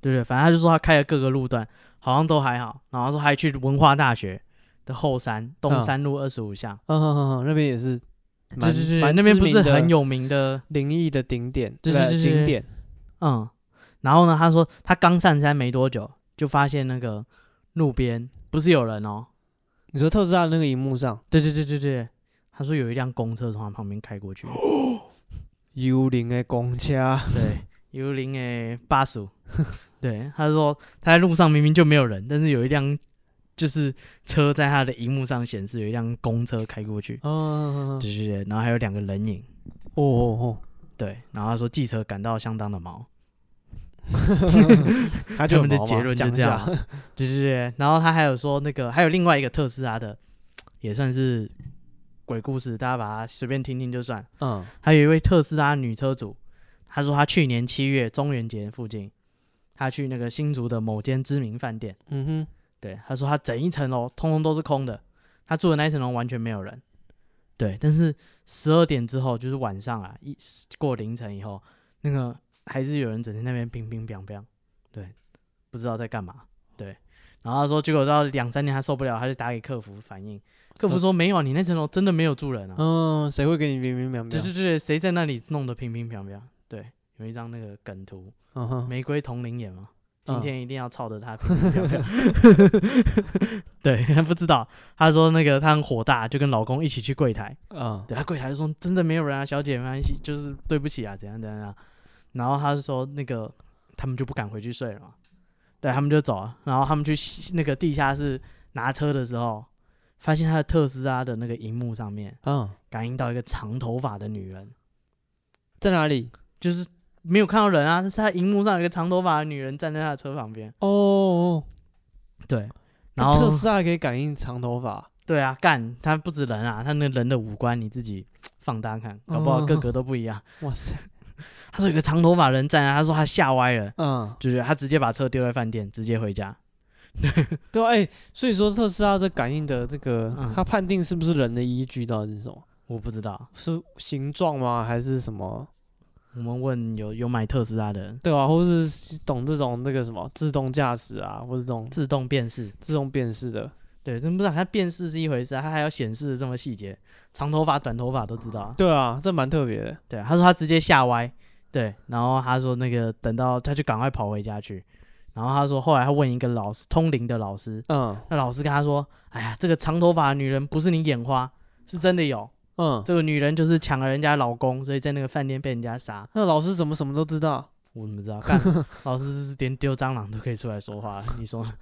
对不对？反正他就说他开了各个路段，好像都还好。然后说还去文化大学的后山东山路二十五巷，
嗯哼哼哼，那边也是蛮，
对对对，
蛮
那边
知
不是
名的
很有名的，
灵异的顶点，
对
不
对对对
景
对
点，
嗯。然后呢，他说他刚上山没多久，就发现那个路边不是有人哦，
你说特斯拉那个荧幕上
对对对对对，他说有一辆公车从他旁边开过去，
幽灵的公 车，
对，幽灵诶巴蜀，对，他说他在路上明明就没有人，但是有一辆就是车在他的荧幕上显示有一辆公车开过去，
嗯，
对对对，然后还有两个人影，
哦哦
对，然后他说记者感到相当的毛，
哦，他
他
就很
们的
毛嘛
结论就
讲一
这样
下，
对对对，然后他还有说那个还有另外一个特斯拉的，也算是鬼故事，大家把它随便听听就算。
嗯
还有一位特斯拉女车主，她说她去年七月中元节附近，她去那个新竹的某间知名饭店，
嗯哼，
对，她说她整一层楼通通都是空的，她住的那一层楼完全没有人，对，但是十二点之后就是晚上啊，一过凌晨以后，那个还是有人整天在那边乒乒乓乓，对，不知道在干嘛，对。然后她说，结果到两三年她受不了，她就打给客服反映，客服说没有啊，你那层楼真的没有住人啊。
嗯，谁会给你明明秒秒
对？对对，谁在那里弄得乒乒乓乓？对，有一张那个梗图，
嗯哼，
玫瑰同龄眼嘛，今
嗯
天一定要操着他乒乒乓乓。 对，不知道，他说那个他很火大，就跟老公一起去柜台，
嗯
对他柜台就说真的没有人啊，小姐没关系，就是对不起啊，怎样怎样啊。然后他就说那个他们就不敢回去睡了嘛，对他们就走了，然后他们去西那个地下室拿车的时候，发现他的特斯拉的那个荧幕上面
嗯，
感应到一个长头发的女人。
在哪里？
就是没有看到人啊，但是他荧幕上有一个长头发的女人站在他的车旁边。
哦哦，
对，
这
然后
特斯拉可以感应长头发，
对啊，干他不止人啊，他那人的五官你自己放大看，搞不好
嗯
个个都不一样。
哇塞，
他说有个长头发人站在那，啊他说他吓歪了，
嗯，
就是他直接把车丢在饭店，直接回家。
对啊，哎，所以说特斯拉这感应的这个
嗯，
它判定是不是人的依据到底是什么？
我不知道，
是形状吗？还是什么？
我们问有有买特斯拉的人，
对啊，或是懂这种那个什么自动驾驶啊，或是这种
自动辨识。
自动辨识的，
对，真不知道他辨识是一回事、啊，他还要显示的这么细节，长头发、短头发都知道啊。
对啊，这蛮特别的。
对，他说他直接吓歪，对，然后他说那个等到他就赶快跑回家去，然后他说后来他问一个老师通灵的老师，
嗯
那老师跟他说，哎呀，这个长头发的女人不是你眼花，是真的有，
嗯，
这个女人就是抢了人家老公，所以在那个饭店被人家杀，
那老师怎么什么都知道？
我怎么知道？看老师是连丢蟑螂都可以出来说话，你说呢？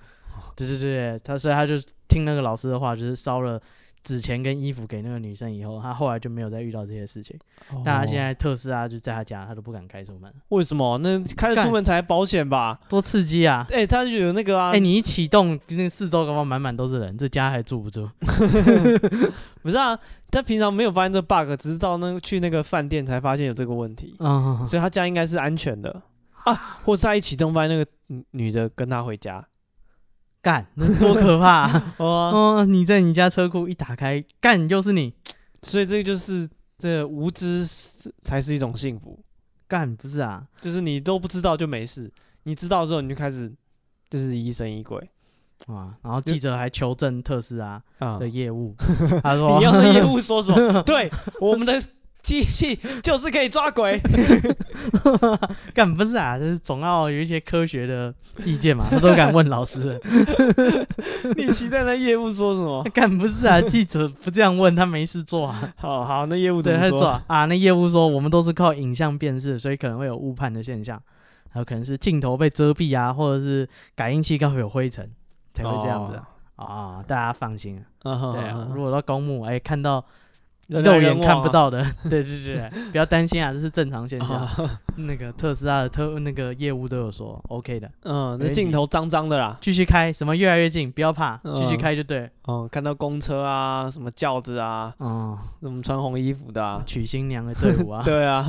对对对，他所以他就听那个老师的话，就是烧了纸钱跟衣服给那个女生以后，他后来就没有再遇到这些事情。
哦
但他现在特斯拉就在他家，他都不敢开出门。
为什么？那开着
干
出门才保险吧？
多刺激啊！
哎、他就有那个啊，
哎、你一启动，那四周搞不好满满都是人，这家还住不 住？
不是啊，他平常没有发现这 bug，直到那去那个饭店才发现有这个问题，
嗯，
所以他家应该是安全的啊，或是他一启动发现那个女女的跟他回家，
干，那多可 怕、啊！
哦、
哦，你在你家车库一打开，干，又是你，
所以这个就是这无知是才是一种幸福，
干，不是啊？
就是你都不知道就没事，你知道之后你就开始就是疑神疑鬼，
啊，然后记者还求证特斯拉
啊
的 业务，他说
你用的业务说什么？对，我们的机器就是可以抓 鬼。
干不是啊，就是总要有一些科学的意见嘛，他都敢问 老师了，
你期待那业务说什么？
干不是啊，记者不这样问他没事做啊，
好好，那业务怎
对，
么
他就
说？
做啊啊，那业务说我们都是靠影像辨识，所以可能会有误判的现象，还有可能是镜头被遮蔽啊，或者是感应器刚好有灰尘才会这样子啊,啊、大家放心啊，
哦。嗯哼
对啊
嗯，哼
如果到公墓哎、看到
人
肉
来人
眼看
往
不
啊
到的， 对对对，不要担心啊，这是正常现象。
哦
那个特斯拉的特那个业务都有说 OK 的，
嗯，那
没问
镜
题
头脏脏的啦。
继续开，什么越来越近，不要怕，继续
嗯
开就对了。
哦，看到公车啊，什么轿子啊，
哦，
什么穿红衣服的啊，，
娶新娘的队伍啊
对 啊，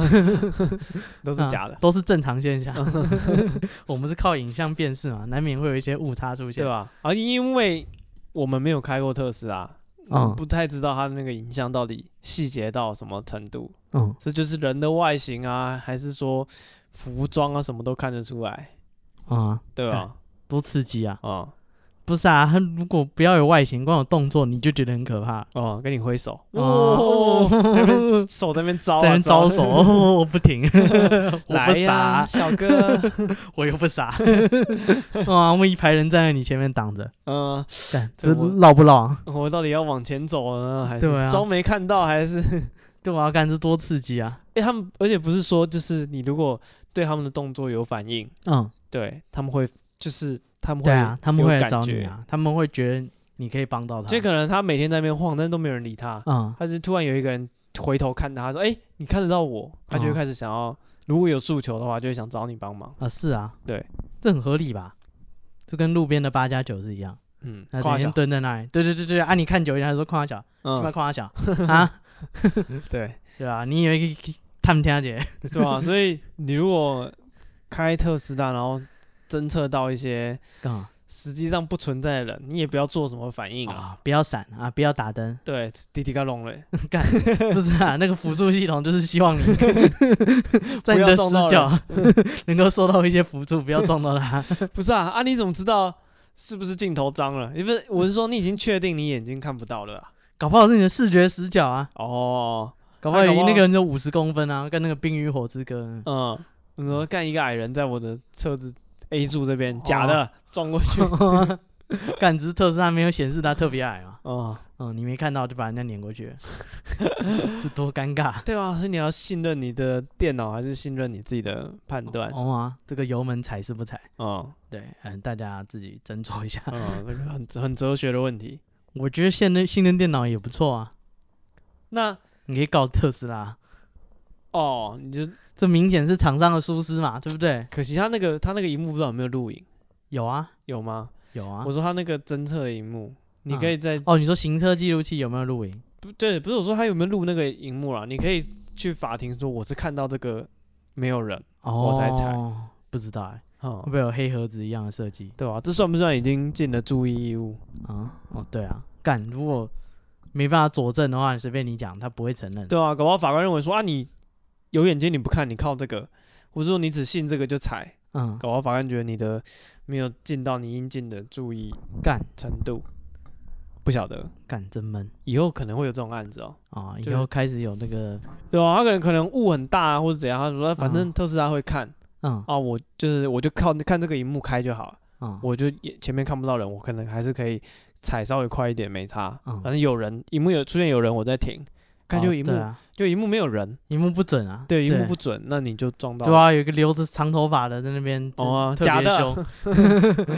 都是假的
啊，都是正常 现象。 我们是靠影像辨识嘛，难免会有一些误差出现。
对吧？啊，因为我们没有开过特斯拉，
嗯
我不太知道它那个影像到底细节到什么程度。
嗯，
这就是人的外形啊，还是说服装啊，什么都看得出来，
啊，
对吧？
多刺激啊！
哦
不是啊，他如果不要有外形，光有动作，你就觉得很可怕。
哦，跟你挥手，哦，
哦
那边手在那边招啊，
在那边招手，
啊
我不 停，我
来
不傻
呀，
啊，
小哥，
我又 不傻。哇，我们一排人站在你前面 挡着，
嗯，
干
这
这
我
绕不绕啊？
我到底要往前走呢，还
对
是
啊
装没看到，还是？
对我要干这多刺激啊！
哎，他们而且不是说，就是你如果对他们的动作有反应，
嗯，
对他们会就是他们会
对啊，他们
有
会来
感
找你
觉，
啊，他们会觉得你可以帮到他。
就可能他每天在那边晃，但都没有人理他，
嗯，
他是突然有一个人回头看他，他说：“哎、你看得到我？”他就会
哦
开始想要，如果有诉求的话，就会想找你帮忙。
啊，是啊，
对，
这很合理吧？就跟路边的八加九是一样，
嗯，
那
夸
整
小
天，蹲在那里，对对对对，啊，你看久一点，他说夸小，什么
嗯，
夸小啊？
对，
对啊，你以为他们听得见？
对啊，所以你如果开特斯拉，然后侦测到一些
干嘛
实际上不存在的人，你也不要做什么反应啊。
啊？不要闪啊，不要 打灯，
对，滴滴嘎隆嘞，
干不是啊？那个辅助系统就是希望你在你
要
的
撞到
死角 能够受到一些辅助，不要撞 到他。
不是啊啊！你怎么知道是不是镜头脏了？因为我是说，你已经确定你眼睛看不到了啊、
搞不好是你的视觉死角啊，
哦，
搞不好有
搞不好
那个人就五十公分啊，跟那个《冰与火之歌》
嗯，你说干一个矮人在我的车子 A 柱这边，
哦
假的撞过去，
干，只是特斯拉没有显示它特别矮嘛。
哦，
嗯，你没看到就把人家碾 过去了，这多尴尬！
对啊，所以你要信任你的电脑，还是信任你自己的判断？
哦啊，这个油门踩是不踩？
嗯
对，嗯，大家自己斟酌一下。
嗯，这个很很哲学的问题。
我觉得现在性能电脑也不错啊，
那
你可以告特斯拉，
哦，你就
这明显是厂商的疏失嘛，对不对？
可惜他那个他那个荧幕不知道有没有录影，
有啊，
有吗？
有啊
我。说他那个侦测的荧幕，你可以在、
哦，你说行车记录器有没有录影？
不对，不是我说他有没有录那个荧幕啦，你可以去法庭说我是看到这个没有人，
哦，
我才踩，
不知道哎，
嗯
会不，会有黑盒子一样的设计？
对吧、啊这算不算已经尽了注意义务？
啊，哦，对啊，干，如果没办法佐证的话，随便你讲，他不会承认。
对啊，搞不好法官认为说啊，你有眼睛你不看，你靠这个，或者说你只信这个就踩，
嗯，
搞不好法官觉得你的没有尽到你应尽的注意
干
程度，不晓得
干真闷
以后可能会有这种案子哦，
啊！
就
以
是
后开始有那个，
对啊，他可能可能雾很大啊，或者怎样，他说反正
嗯
特斯拉会看
嗯
啊，我就是我就靠看这个荧幕开就好了，
嗯，
我就也前面看不到人，我可能还是可以踩稍微快一点没差，
嗯
反正有人荧幕有出现有人我在停，看
哦
就荧幕、
对啊，
就荧幕没有人，
荧幕不准啊，
对荧幕不准，那你就撞到
对啊，有一个留着长头发的在那边，
哦啊
真特
假
别
的
凶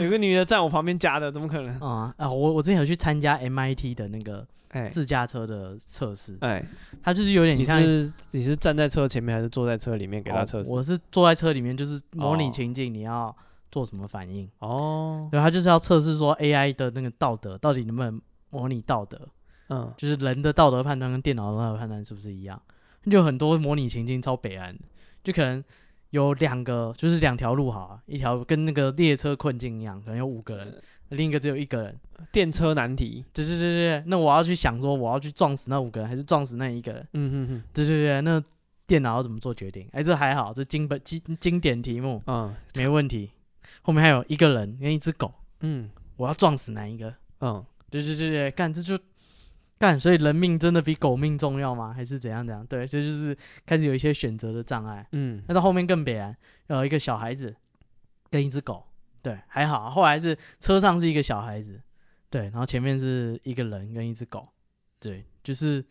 有个女的站我旁边夹的，怎么可能？
啊啊！我我之前有去参加 MIT 的那个
哎
自驾车的测试，
哎，
它就是有点
你
像哦
是你是站在车前面还是坐在车里面给他测试？
我是坐在车里面，就是模拟
哦
情境，你要做什么反应？
哦，
对，他就是要测试说 AI 的那个道德到底能不能模拟道德，
嗯，
就是人的道德判断跟电脑的道德判断是不是一样？就很多模拟情境超北岸，就可能有两个，就是两条路好了，一条跟那个列车困境一样，可能有五个人，另一个只有一个人。
电车难题，
对对对对，对那我要去想说，我要去撞死那五个人，还是撞死那一个人？
嗯嗯
对对对，那电脑要怎么做决定？哎，这还好，这经本经经典题目
嗯，
没问题。后面还有一个人跟一只狗，
嗯嗯，
我要撞死哪一个？
嗯，
对对对对，干这就干，所以人命真的比狗命重要吗？还是怎样怎样？对，这就是开始有一些选择的障碍。
嗯，
那到后面更北然，呃，一个小孩子跟一只狗，对，还好啊。后来是车上是一个小孩子，对，然后前面是一个人跟一只狗，对，就是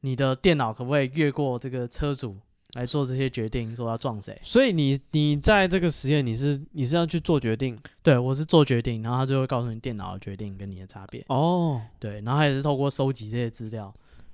你的电脑可不可以越过这个车主来做这些决定，说要撞谁？
所以你你在这个实验，你是你是要去做决定
对我是做决定，然后他就会告诉你电脑的决定跟你的差别，
哦，
对，然后他也是透过收集这些资料，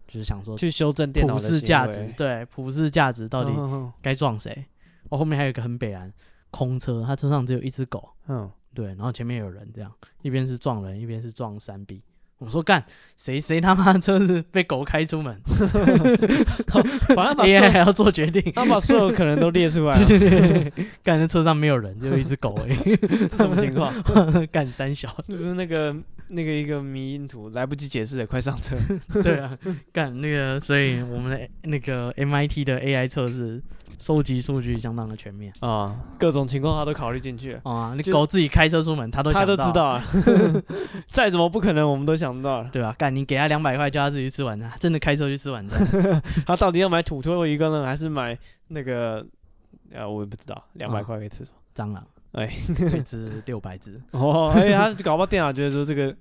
就是想说
去修正电脑
普
的
世
行
价
为
值，对，普世价值到底
嗯嗯
该撞谁？我、后面还有一个很北然空车，他车上只有一只狗。
嗯
对，然后前面有人这样，一边是撞人，一边是撞山壁。我说干，谁谁他妈车子被狗开出门
嗯，反正把所有
，AI 还要做决定。
他把所有可能都列出来
对
了，
对对，对干那车上没有人，只有一只狗而已。
这什么情 况？
干三小，
那不是那个那个一个迷因图，来不及解释了，快上 车。
对啊，干那个，所以我们的那个 MIT 的 AI 测试收集数据相当的全面。
啊，各种情况他都考虑进去了，
哦啊，那
就
狗自己开车出门，他都
他
想
都
到
知，道了， 再怎么不可能，我们都想到了。
对吧？干，你给他两百块，叫他自己去吃晚餐，他真的开车去吃晚餐。
他到底要买土托鱼羹呢，还是买那个？呃，我也不知道，两百
啊
块可以吃什么？
蟑螂，
哎，
一 只六百只，
哦，而且他搞不好电脑觉得说这个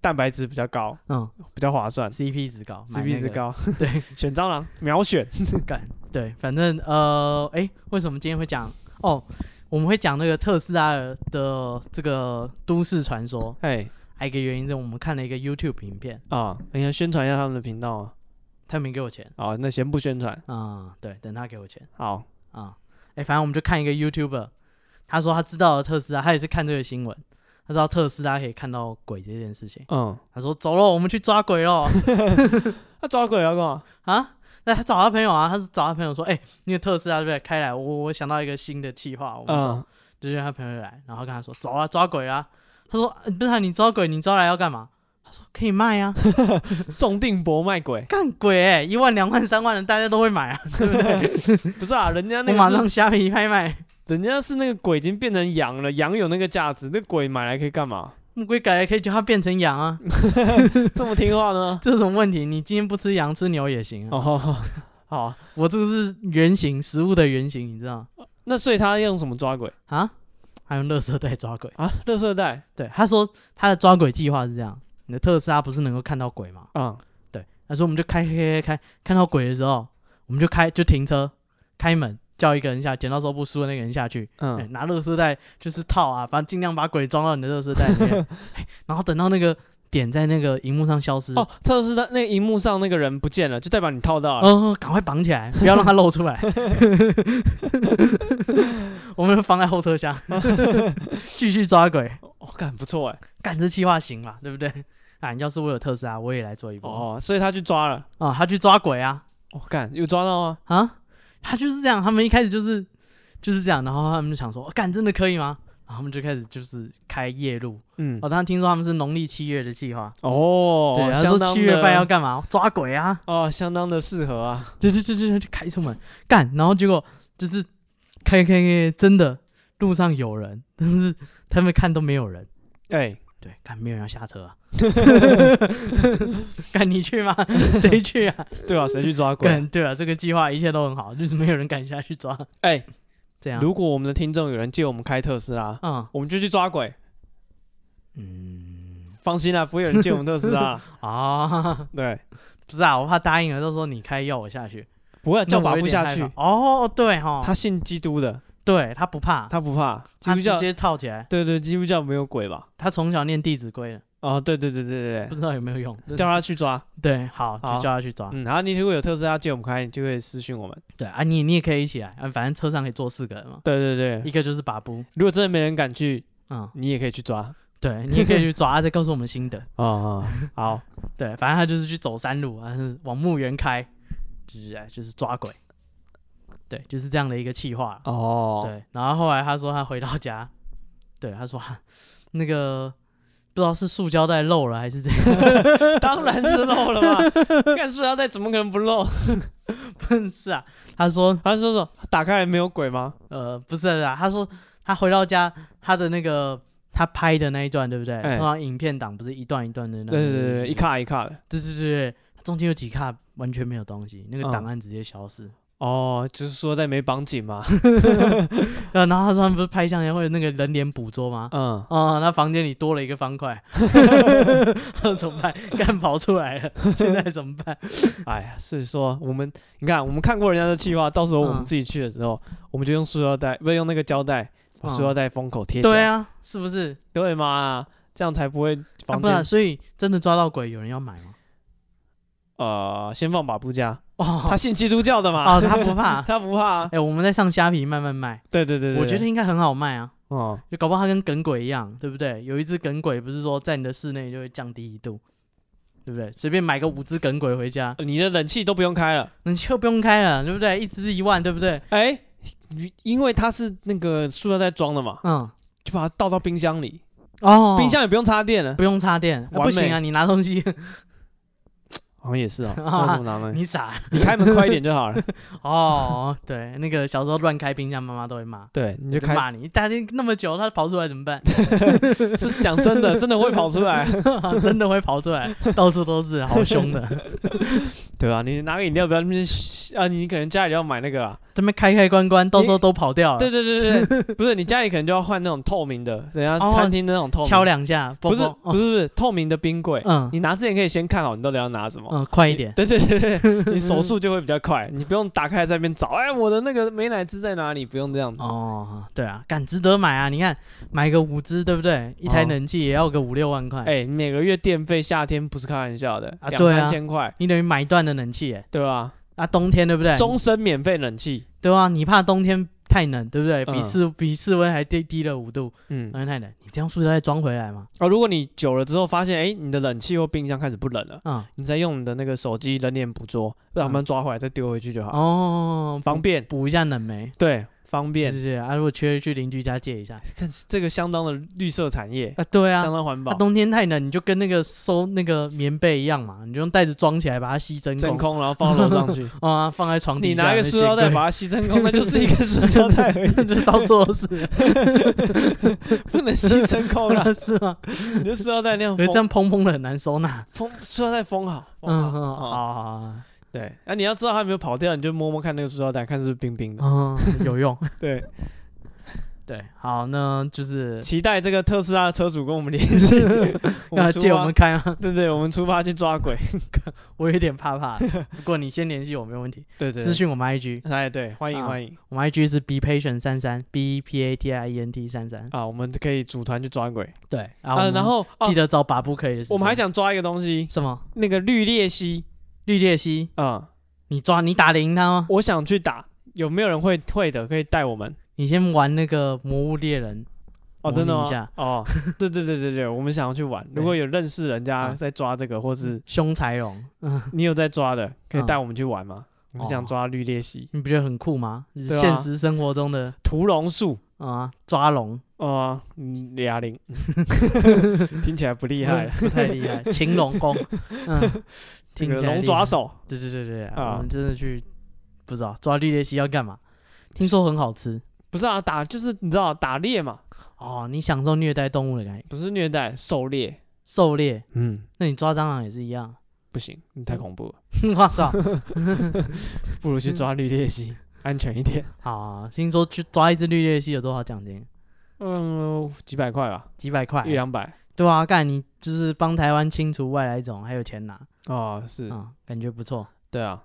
蛋白质比较高，
嗯
比较划算
，CP 值高买
，CP
那
值
个
高，
对，
选蟑螂秒选。
干对，反正呃，哎、为什么今天会讲？哦，我们会讲那个特斯拉的这个都市传说。
哎
还有一个原因是我们看了一个 YouTube 影片，
啊，你要宣传一下他们的频道啊。
他没给我钱
好，那先不宣传。
啊、对，等他给我钱
好，
啊。哎、反正我们就看一个 YouTuber，他说他知道了特斯拉，他也是看这个新闻，他知道特斯拉可以看到鬼这件事情。
嗯，
他说走喽，我们去抓鬼喽
他抓鬼要干嘛？
啊！那他找他朋友啊，他是找他朋友说，哎、那个特斯拉对不对？开来，我我想到一个新的计划，我们走。
嗯，
就让他朋友来，然后跟他说走啊，抓鬼啊。他说、呃不是、啊、你抓鬼，你抓来要干嘛？他说可以卖啊，，
宋定伯卖鬼
干鬼哎、一万、两万、三万的大家都会买啊，
不是啊，人家那
我马
个是
上虾皮拍卖，
人家是那个鬼已经变成羊了，羊有那个价值，那鬼买来可以干 嘛？
木鬼改也可以叫它变成羊啊，
这么听话 呢？
这种问题你今天不吃羊吃牛也行啊。
哦，好好好，
我这个是原型食物的原型，你知道吗
那所以他用什么抓鬼
啊？还用垃圾袋抓鬼？
啊？垃圾袋
对，他说他的抓鬼计划是这样：你的特斯拉不是能够看到鬼吗？
啊、
对，他说我们就开开开开，看到鬼的时候，我们就开就停车，开门叫一个人下，剪刀手不输的那个人下去，
嗯
哎，拿垃圾袋就是套啊，反正尽量把鬼装到你的垃圾袋里 面，哎然后等到那个点在那个荧幕上消失，
哦，特斯拉那个荧幕上那个人不见了，就代表你套到了。
嗯，赶快绑起来，不要让它露出 来。我们放在后 车厢，继续抓鬼，
哦，干、不错哎。
干这计划行嘛，对不对？啊，你要是我有特斯拉，我也来做一波。啊、
哦，所以他去抓了。
他去抓鬼啊，
哦，干有抓到吗？
啊， 他就是这样，他们一开始就是就是这样，然后他们就想说，哦干、真的可以吗？然后他们就开始就是开夜路。
嗯。
哦，当然听说他们是农历七月的计划，
哦，
对，他
相
说
当
七月
的
份要干嘛？抓鬼啊！
哦，相当的适合啊。
就就就就就开出门干，然后结果就是开开开，真的路上有人，但是他们看都没有人。
哎、
对，看没有人要下车啊！ 干你去吗？谁去啊？
对啊，谁去抓 鬼？
干对啊，这个计划一切都很好，就是没有人敢下去抓。
哎、
这样，
如果我们的听众有人借我们开特斯拉，
嗯
我们就去抓鬼。
嗯，
放心啦，不会有人借我们特斯 拉。
啊，
对，
不是啊，我怕答应了，到时候你开要我下去，
不会 叫
那
爸
我有
不
点
下
害
去
怕。哦，对哈，
他信基督的，
对他不怕，
他不怕。基
他
督教
直，接套起来。
对对，基督教没有鬼吧？
他从小念《弟子规》的，
哦，对对对对对
不知道有没有用。
对，叫他去抓。
对，好，
好
就叫他去抓。
嗯，然后你如果有特斯拉借我们开，你就可以私讯我们。
对啊，你你也可以一起来，啊，反正车上可以坐四个人嘛，
对对
一
对，
个就是把布，
如果真的没人敢去，
嗯，
你也可以去抓。
对 你也可以去抓，啊再告诉我们心得。
哦
啊
哦，好，
对，反正他就是去走山路啊，是往墓园开，就是哎，就是抓鬼。对，就是这样的一个气话。
哦，
对，然后后来他说他回到家，对，他说啊那个不知道是塑胶袋漏了还是怎样，
当然是漏了 嘛，看塑料袋怎么可能不漏？
是啊，他说
他说说打开来没有鬼吗？
呃不是啊，他说他回到家，他的那个他拍的那一段，对不对？
哎
通常影片档不是一段一段的那
对
种
对对对，一卡一卡的。
对对对对，中间有几卡完全没有东西，那个
嗯
档案直接消失。
哦，就是说在没绑紧嘛。
呃然后他说他们不是拍相机会有那个人脸捕捉吗？
嗯，
哦、那房间里多了一个方块， 怎么办？干跑出来了，现在怎么办？
哎呀，所以说我们你看，我们看过人家的计划，到时候我们
嗯哦
自己去的时候，我们就用塑料袋，不是用那个胶带，把塑料袋封口贴起来。
对，啊，是不是？
对嘛，这样才不会
啊，
房
不
间、
然，所以真的抓到鬼，有人要买吗？
呃先放把布架，
哦，
他信基督教的嘛，。
哦，他不怕
他不怕啊。
哎、我们在上虾皮慢慢卖，
对对对对，
我觉得
对，
应该很好卖啊。
哦，
就搞不好它跟梗鬼一样，对不对？有一只梗鬼不是说在你的室内就会降低一度，对不对？随便买个五只梗鬼回家，
你的冷气都不用开了，
冷气又不用开了，对不对？一只一万，对不对？
哎。你因为它是那个塑料袋装的嘛，
嗯，
就把它倒到冰箱里，
哦，
冰箱也不用插电了。
不用插电，啊
完美
不行啊，你拿东西，
好像也 是哦，那怎么拿呢？
你傻
你开门快一点就好了。
哦。对，那个小时候乱开冰箱，妈妈都会骂，
对，你就
就
开
骂你，大家那么久，它跑出来怎么办？
是讲真 的，真的会跑出来，
真的会跑 出来，到处都是，好凶的。
对吧、你拿个饮料不要那边啊，你可能家里要买那个啊，
这边开开关关，到时候都跑掉 了。
对对对对对，不是你家里可能就要换那种透明的，人家
哦
餐厅的那种透明，
敲两下，
不是
嘣嘣
不是不是透明的冰柜，
嗯
你拿之前可以先看好你到底要拿什么。
嗯，快
你
一点。
对对对 对，你手速就会比较快，你不用打开在那边找，哎，我的那个美乃滋在哪里？不用这样子。
哦，对啊，敢值得买啊！你看，买个五只，对不对？一台
哦
冷气也要个五六万块，
哎，每个月电费夏天不是开玩笑的，
啊
两
对啊
三千块，
你等于买断的冷气耶。
对吧？
啊，冬天对不对？
终身免费冷气，
对啊，你怕冬天太冷，对不对？比
嗯
室、比室温还低低了五度，
嗯
冬，天太冷，你这样塑料袋装回来嘛？
哦，如果你久了之后发现，哎，你的冷气或冰箱开始不冷了。
嗯，
你再用你的那个手机人脸捕捉，让他们抓回来再丢回去就好，
哦，
方
补
便。
补一下冷媒，
对，方
是
便
不，是？啊，如果缺去邻居家借一下
看这个相当的绿色产业，
啊，对
相
啊。
当环
啊，
保，
冬天太冷，你就跟那个收那个棉被一样嘛，你就用袋子装起来，把它吸真
真
空
空然后放到楼上去，
啊， 放在床底
你
下。
拿一个
那
塑料
鞋
袋
柜
把它吸真空，那就是一个塑料袋 而已，
就到处都是，
不能吸真空了，
是 吗？
你的塑料袋那 样
可是这
封
样砰砰的很难收 纳。
封塑料袋封好，封
嗯
好，
嗯，
哦
好好好，
对，啊那你要知道它有没有跑掉，你就摸摸看那个塑料袋，看是不是冰冰的，
嗯，有用。
对，
对，好，那就是
期待这个特斯拉的车主跟我们联 系，我
要
们出啊
借我
发
们，开吗？
对对，我们出发去抓鬼，
我有点 怕怕，不过你先联系我没问题，
对对，
私讯我们 IG，
哎，对，欢迎
啊
欢迎
我们 IG 是 be patient 三三 b e p a t i e n t 三三。
啊，我们可以组团去抓鬼
对，
啊。然后
记
哦，
得找把布可以的时间。
我们还想抓一个东西，
什么？
那个绿鬣蜥
绿鬣蜥，
啊，
你抓你打得赢它吗？
我想去打，有没有人会会的可以带我们？
你先玩那个魔物猎人，
哦，真的
模拟
吗
一下？
哦，对对对对对，我们想要去 玩。如果有认识人
嗯
家在抓这个，或是
凶财龙，嗯，
你有在抓的，可以
嗯哦
带我们去玩吗？我们想抓绿鬣蜥、
你不觉得很酷吗？就是
对啊
现实生活中的
屠龙术
啊，抓龙
啊，嗯哑 铃， 听起来不厉害了。
不太 厉害，擒龙功，嗯，
这
听
个
起来
龙
厉
爪
害，
手，
对对对对，
啊
我们真的去不知道抓绿鬣蜥要干嘛？听说很好吃
不是啊，打就是你知道打猎嘛，
哦，你享受虐待动物的感觉，
不是虐待，狩猎。
狩猎，
嗯，
那你抓蟑螂也是一样，
不行，你太恐怖了，
我操，
不如去抓绿鬣蜥，安全一点。
好啊，听说去抓一只绿鬣蜥有多少奖金？
嗯，几百块吧，
几百块
一，两百。
对啊，干你就是帮台湾清除外来种，还有钱拿啊、
哦，是，
嗯感觉不错。
对啊，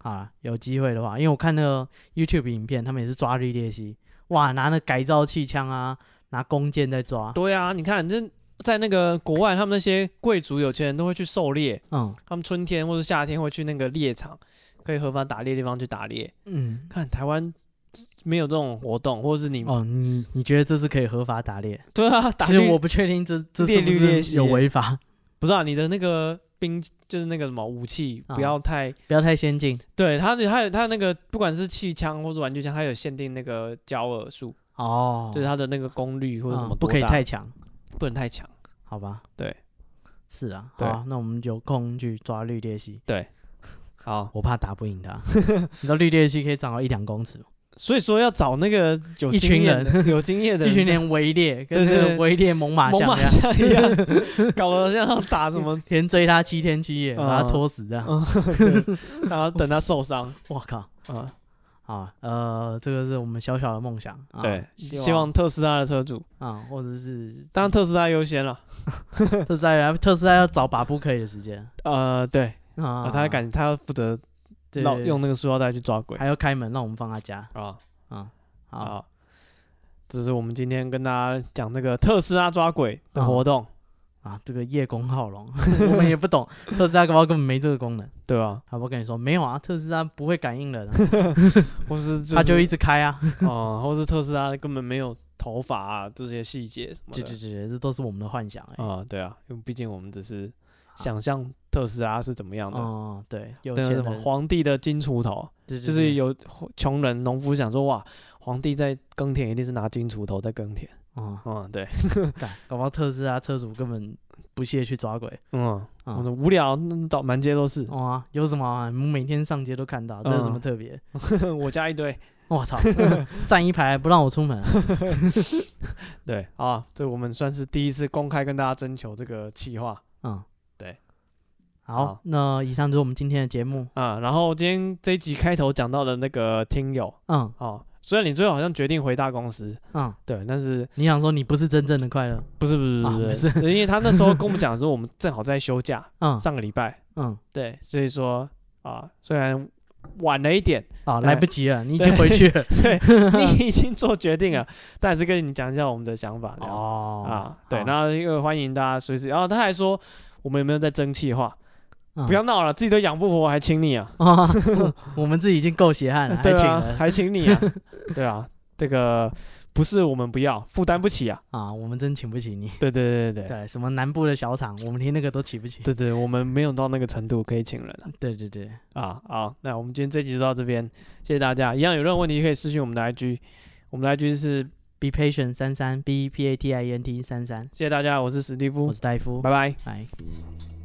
好啦，有机会的话，因为我看那个 YouTube 影片，他们也是抓绿鬣蜥，哇，拿那改造气枪啊，拿弓箭在抓，
对啊，你看这在那个国外，他们那些贵族有钱人都会去狩猎，
嗯
他们春天或者夏天会去那个猎场，可以合法打猎的地方去打猎。
嗯，
看台湾没有这种活动，或者是你、
哦，你你觉得这是可以合法打猎？
对啊，打
其实
猎
我不确定这这
猎
是不
绿鬣蜥
是有
耶
违法，
不知道、你的那个兵就是那个什么武器
啊
不要太，
不要太先进
对它它有它那个不管是气枪或者玩具枪，它有限定那个焦耳数，
哦，
就是它的那个功率或者什么
嗯不
多
可以
大
太强，
不能太强。
好吧？
对，
是啊，好
对
啊那我们有空去抓绿鬣蜥，
好，
我怕打不赢它，你知道绿鬣蜥可以长到一两公尺吗，
所以说要找那个有
一群
经验的、有经验的
一群
人
人围猎，跟
对对
那
对
个围猎猛犸
猛
象
犸
一样，
象一 样，搞得像要打什么，
连追他七天七夜，
嗯
把他拖死这样。
嗯，对然后等他受伤
我靠！
啊，
啊，呃，这个是我们小小的梦想。啊、
对，希
希
望特斯拉的车主，
啊，或者是
当然特斯拉优先了，
特斯拉，特斯拉要找把不可以的时间
呃，对，
啊
啊，他敢他要负责
对
绕
对
用那个塑料袋去抓鬼
还要开门让我们放他家
啊
啊。好，
啊，这是我们今天跟大家讲那个特斯拉抓鬼的活动，
啊，这个叶公好龙， 我们也不懂，特斯拉搞不好根本没这个功能。
对吧？
好，我跟你说，没有啊，特斯拉不会感应 人啊、
或是
它就是一直开啊。
哦，或是特斯拉根本没有头发啊这些细节什么
这
的
这这这，这都是我们的幻想哎、
啊，对啊，因为毕竟我们只是想象特斯拉是怎么样的。
啊哦、对，有
那
钱
个什
人
么皇帝啊的金锄头，
对对
就是
对
有穷人农夫想说哇，皇帝在耕田一定是拿金锄头在耕田。
哦，
嗯，对，
干搞不好特斯拉车主根本不屑去抓鬼。
嗯，哦
啊
我说无聊，那到满街都是，
哇、啊，有什么、啊？我们每天上街都看到，这有什么
嗯
特别？
我家一堆。
我操， 站一排不让我出门啊、
对啊，这我们算是第一次公开跟大家征求这个企划
嗯，
对。好
好，那以上就是我们今天的节目。
啊、然后今天这一集开头讲到的那个听友
嗯
啊，虽然你最后好像决定回大公司，
嗯，
对，但是
你想说你不是真正的快乐？
不是不是
啊
不
不
是，
是
因为他那时候跟我们讲 说我们正好在休假，
嗯
上个礼拜，
嗯，
对，所以说啊，虽然晚了一点，
啊，
对
来不及了，你已经回去 了。
对你已经做决定了，但还是跟你讲一下我们的想法这样
哦
啊，对，然后又欢迎大家随时，然后哦他还说我们有没有在争气化，
嗯
不要闹了，自己都养不活，我还请你啊，
啊，我们自己已经够血汗了，还
对
请
啊，
了
还请你啊，对啊，这个不是我们不要，负担不起啊，
啊，我们真请不起你。
对对对对对。
对，什么南部的小厂，我们连那个都起不起。
对对，我们没有到那个程度可以请人啊
对对对，
啊。好，那我们今天这集就到这边，谢谢大家。一样有任何问题可以私信我们的 IG，我们的 IG 是
Be patient 三三 B E P A T I E N T 三三，
谢谢大家，我是史蒂夫
我，是戴夫，
拜拜。
拜。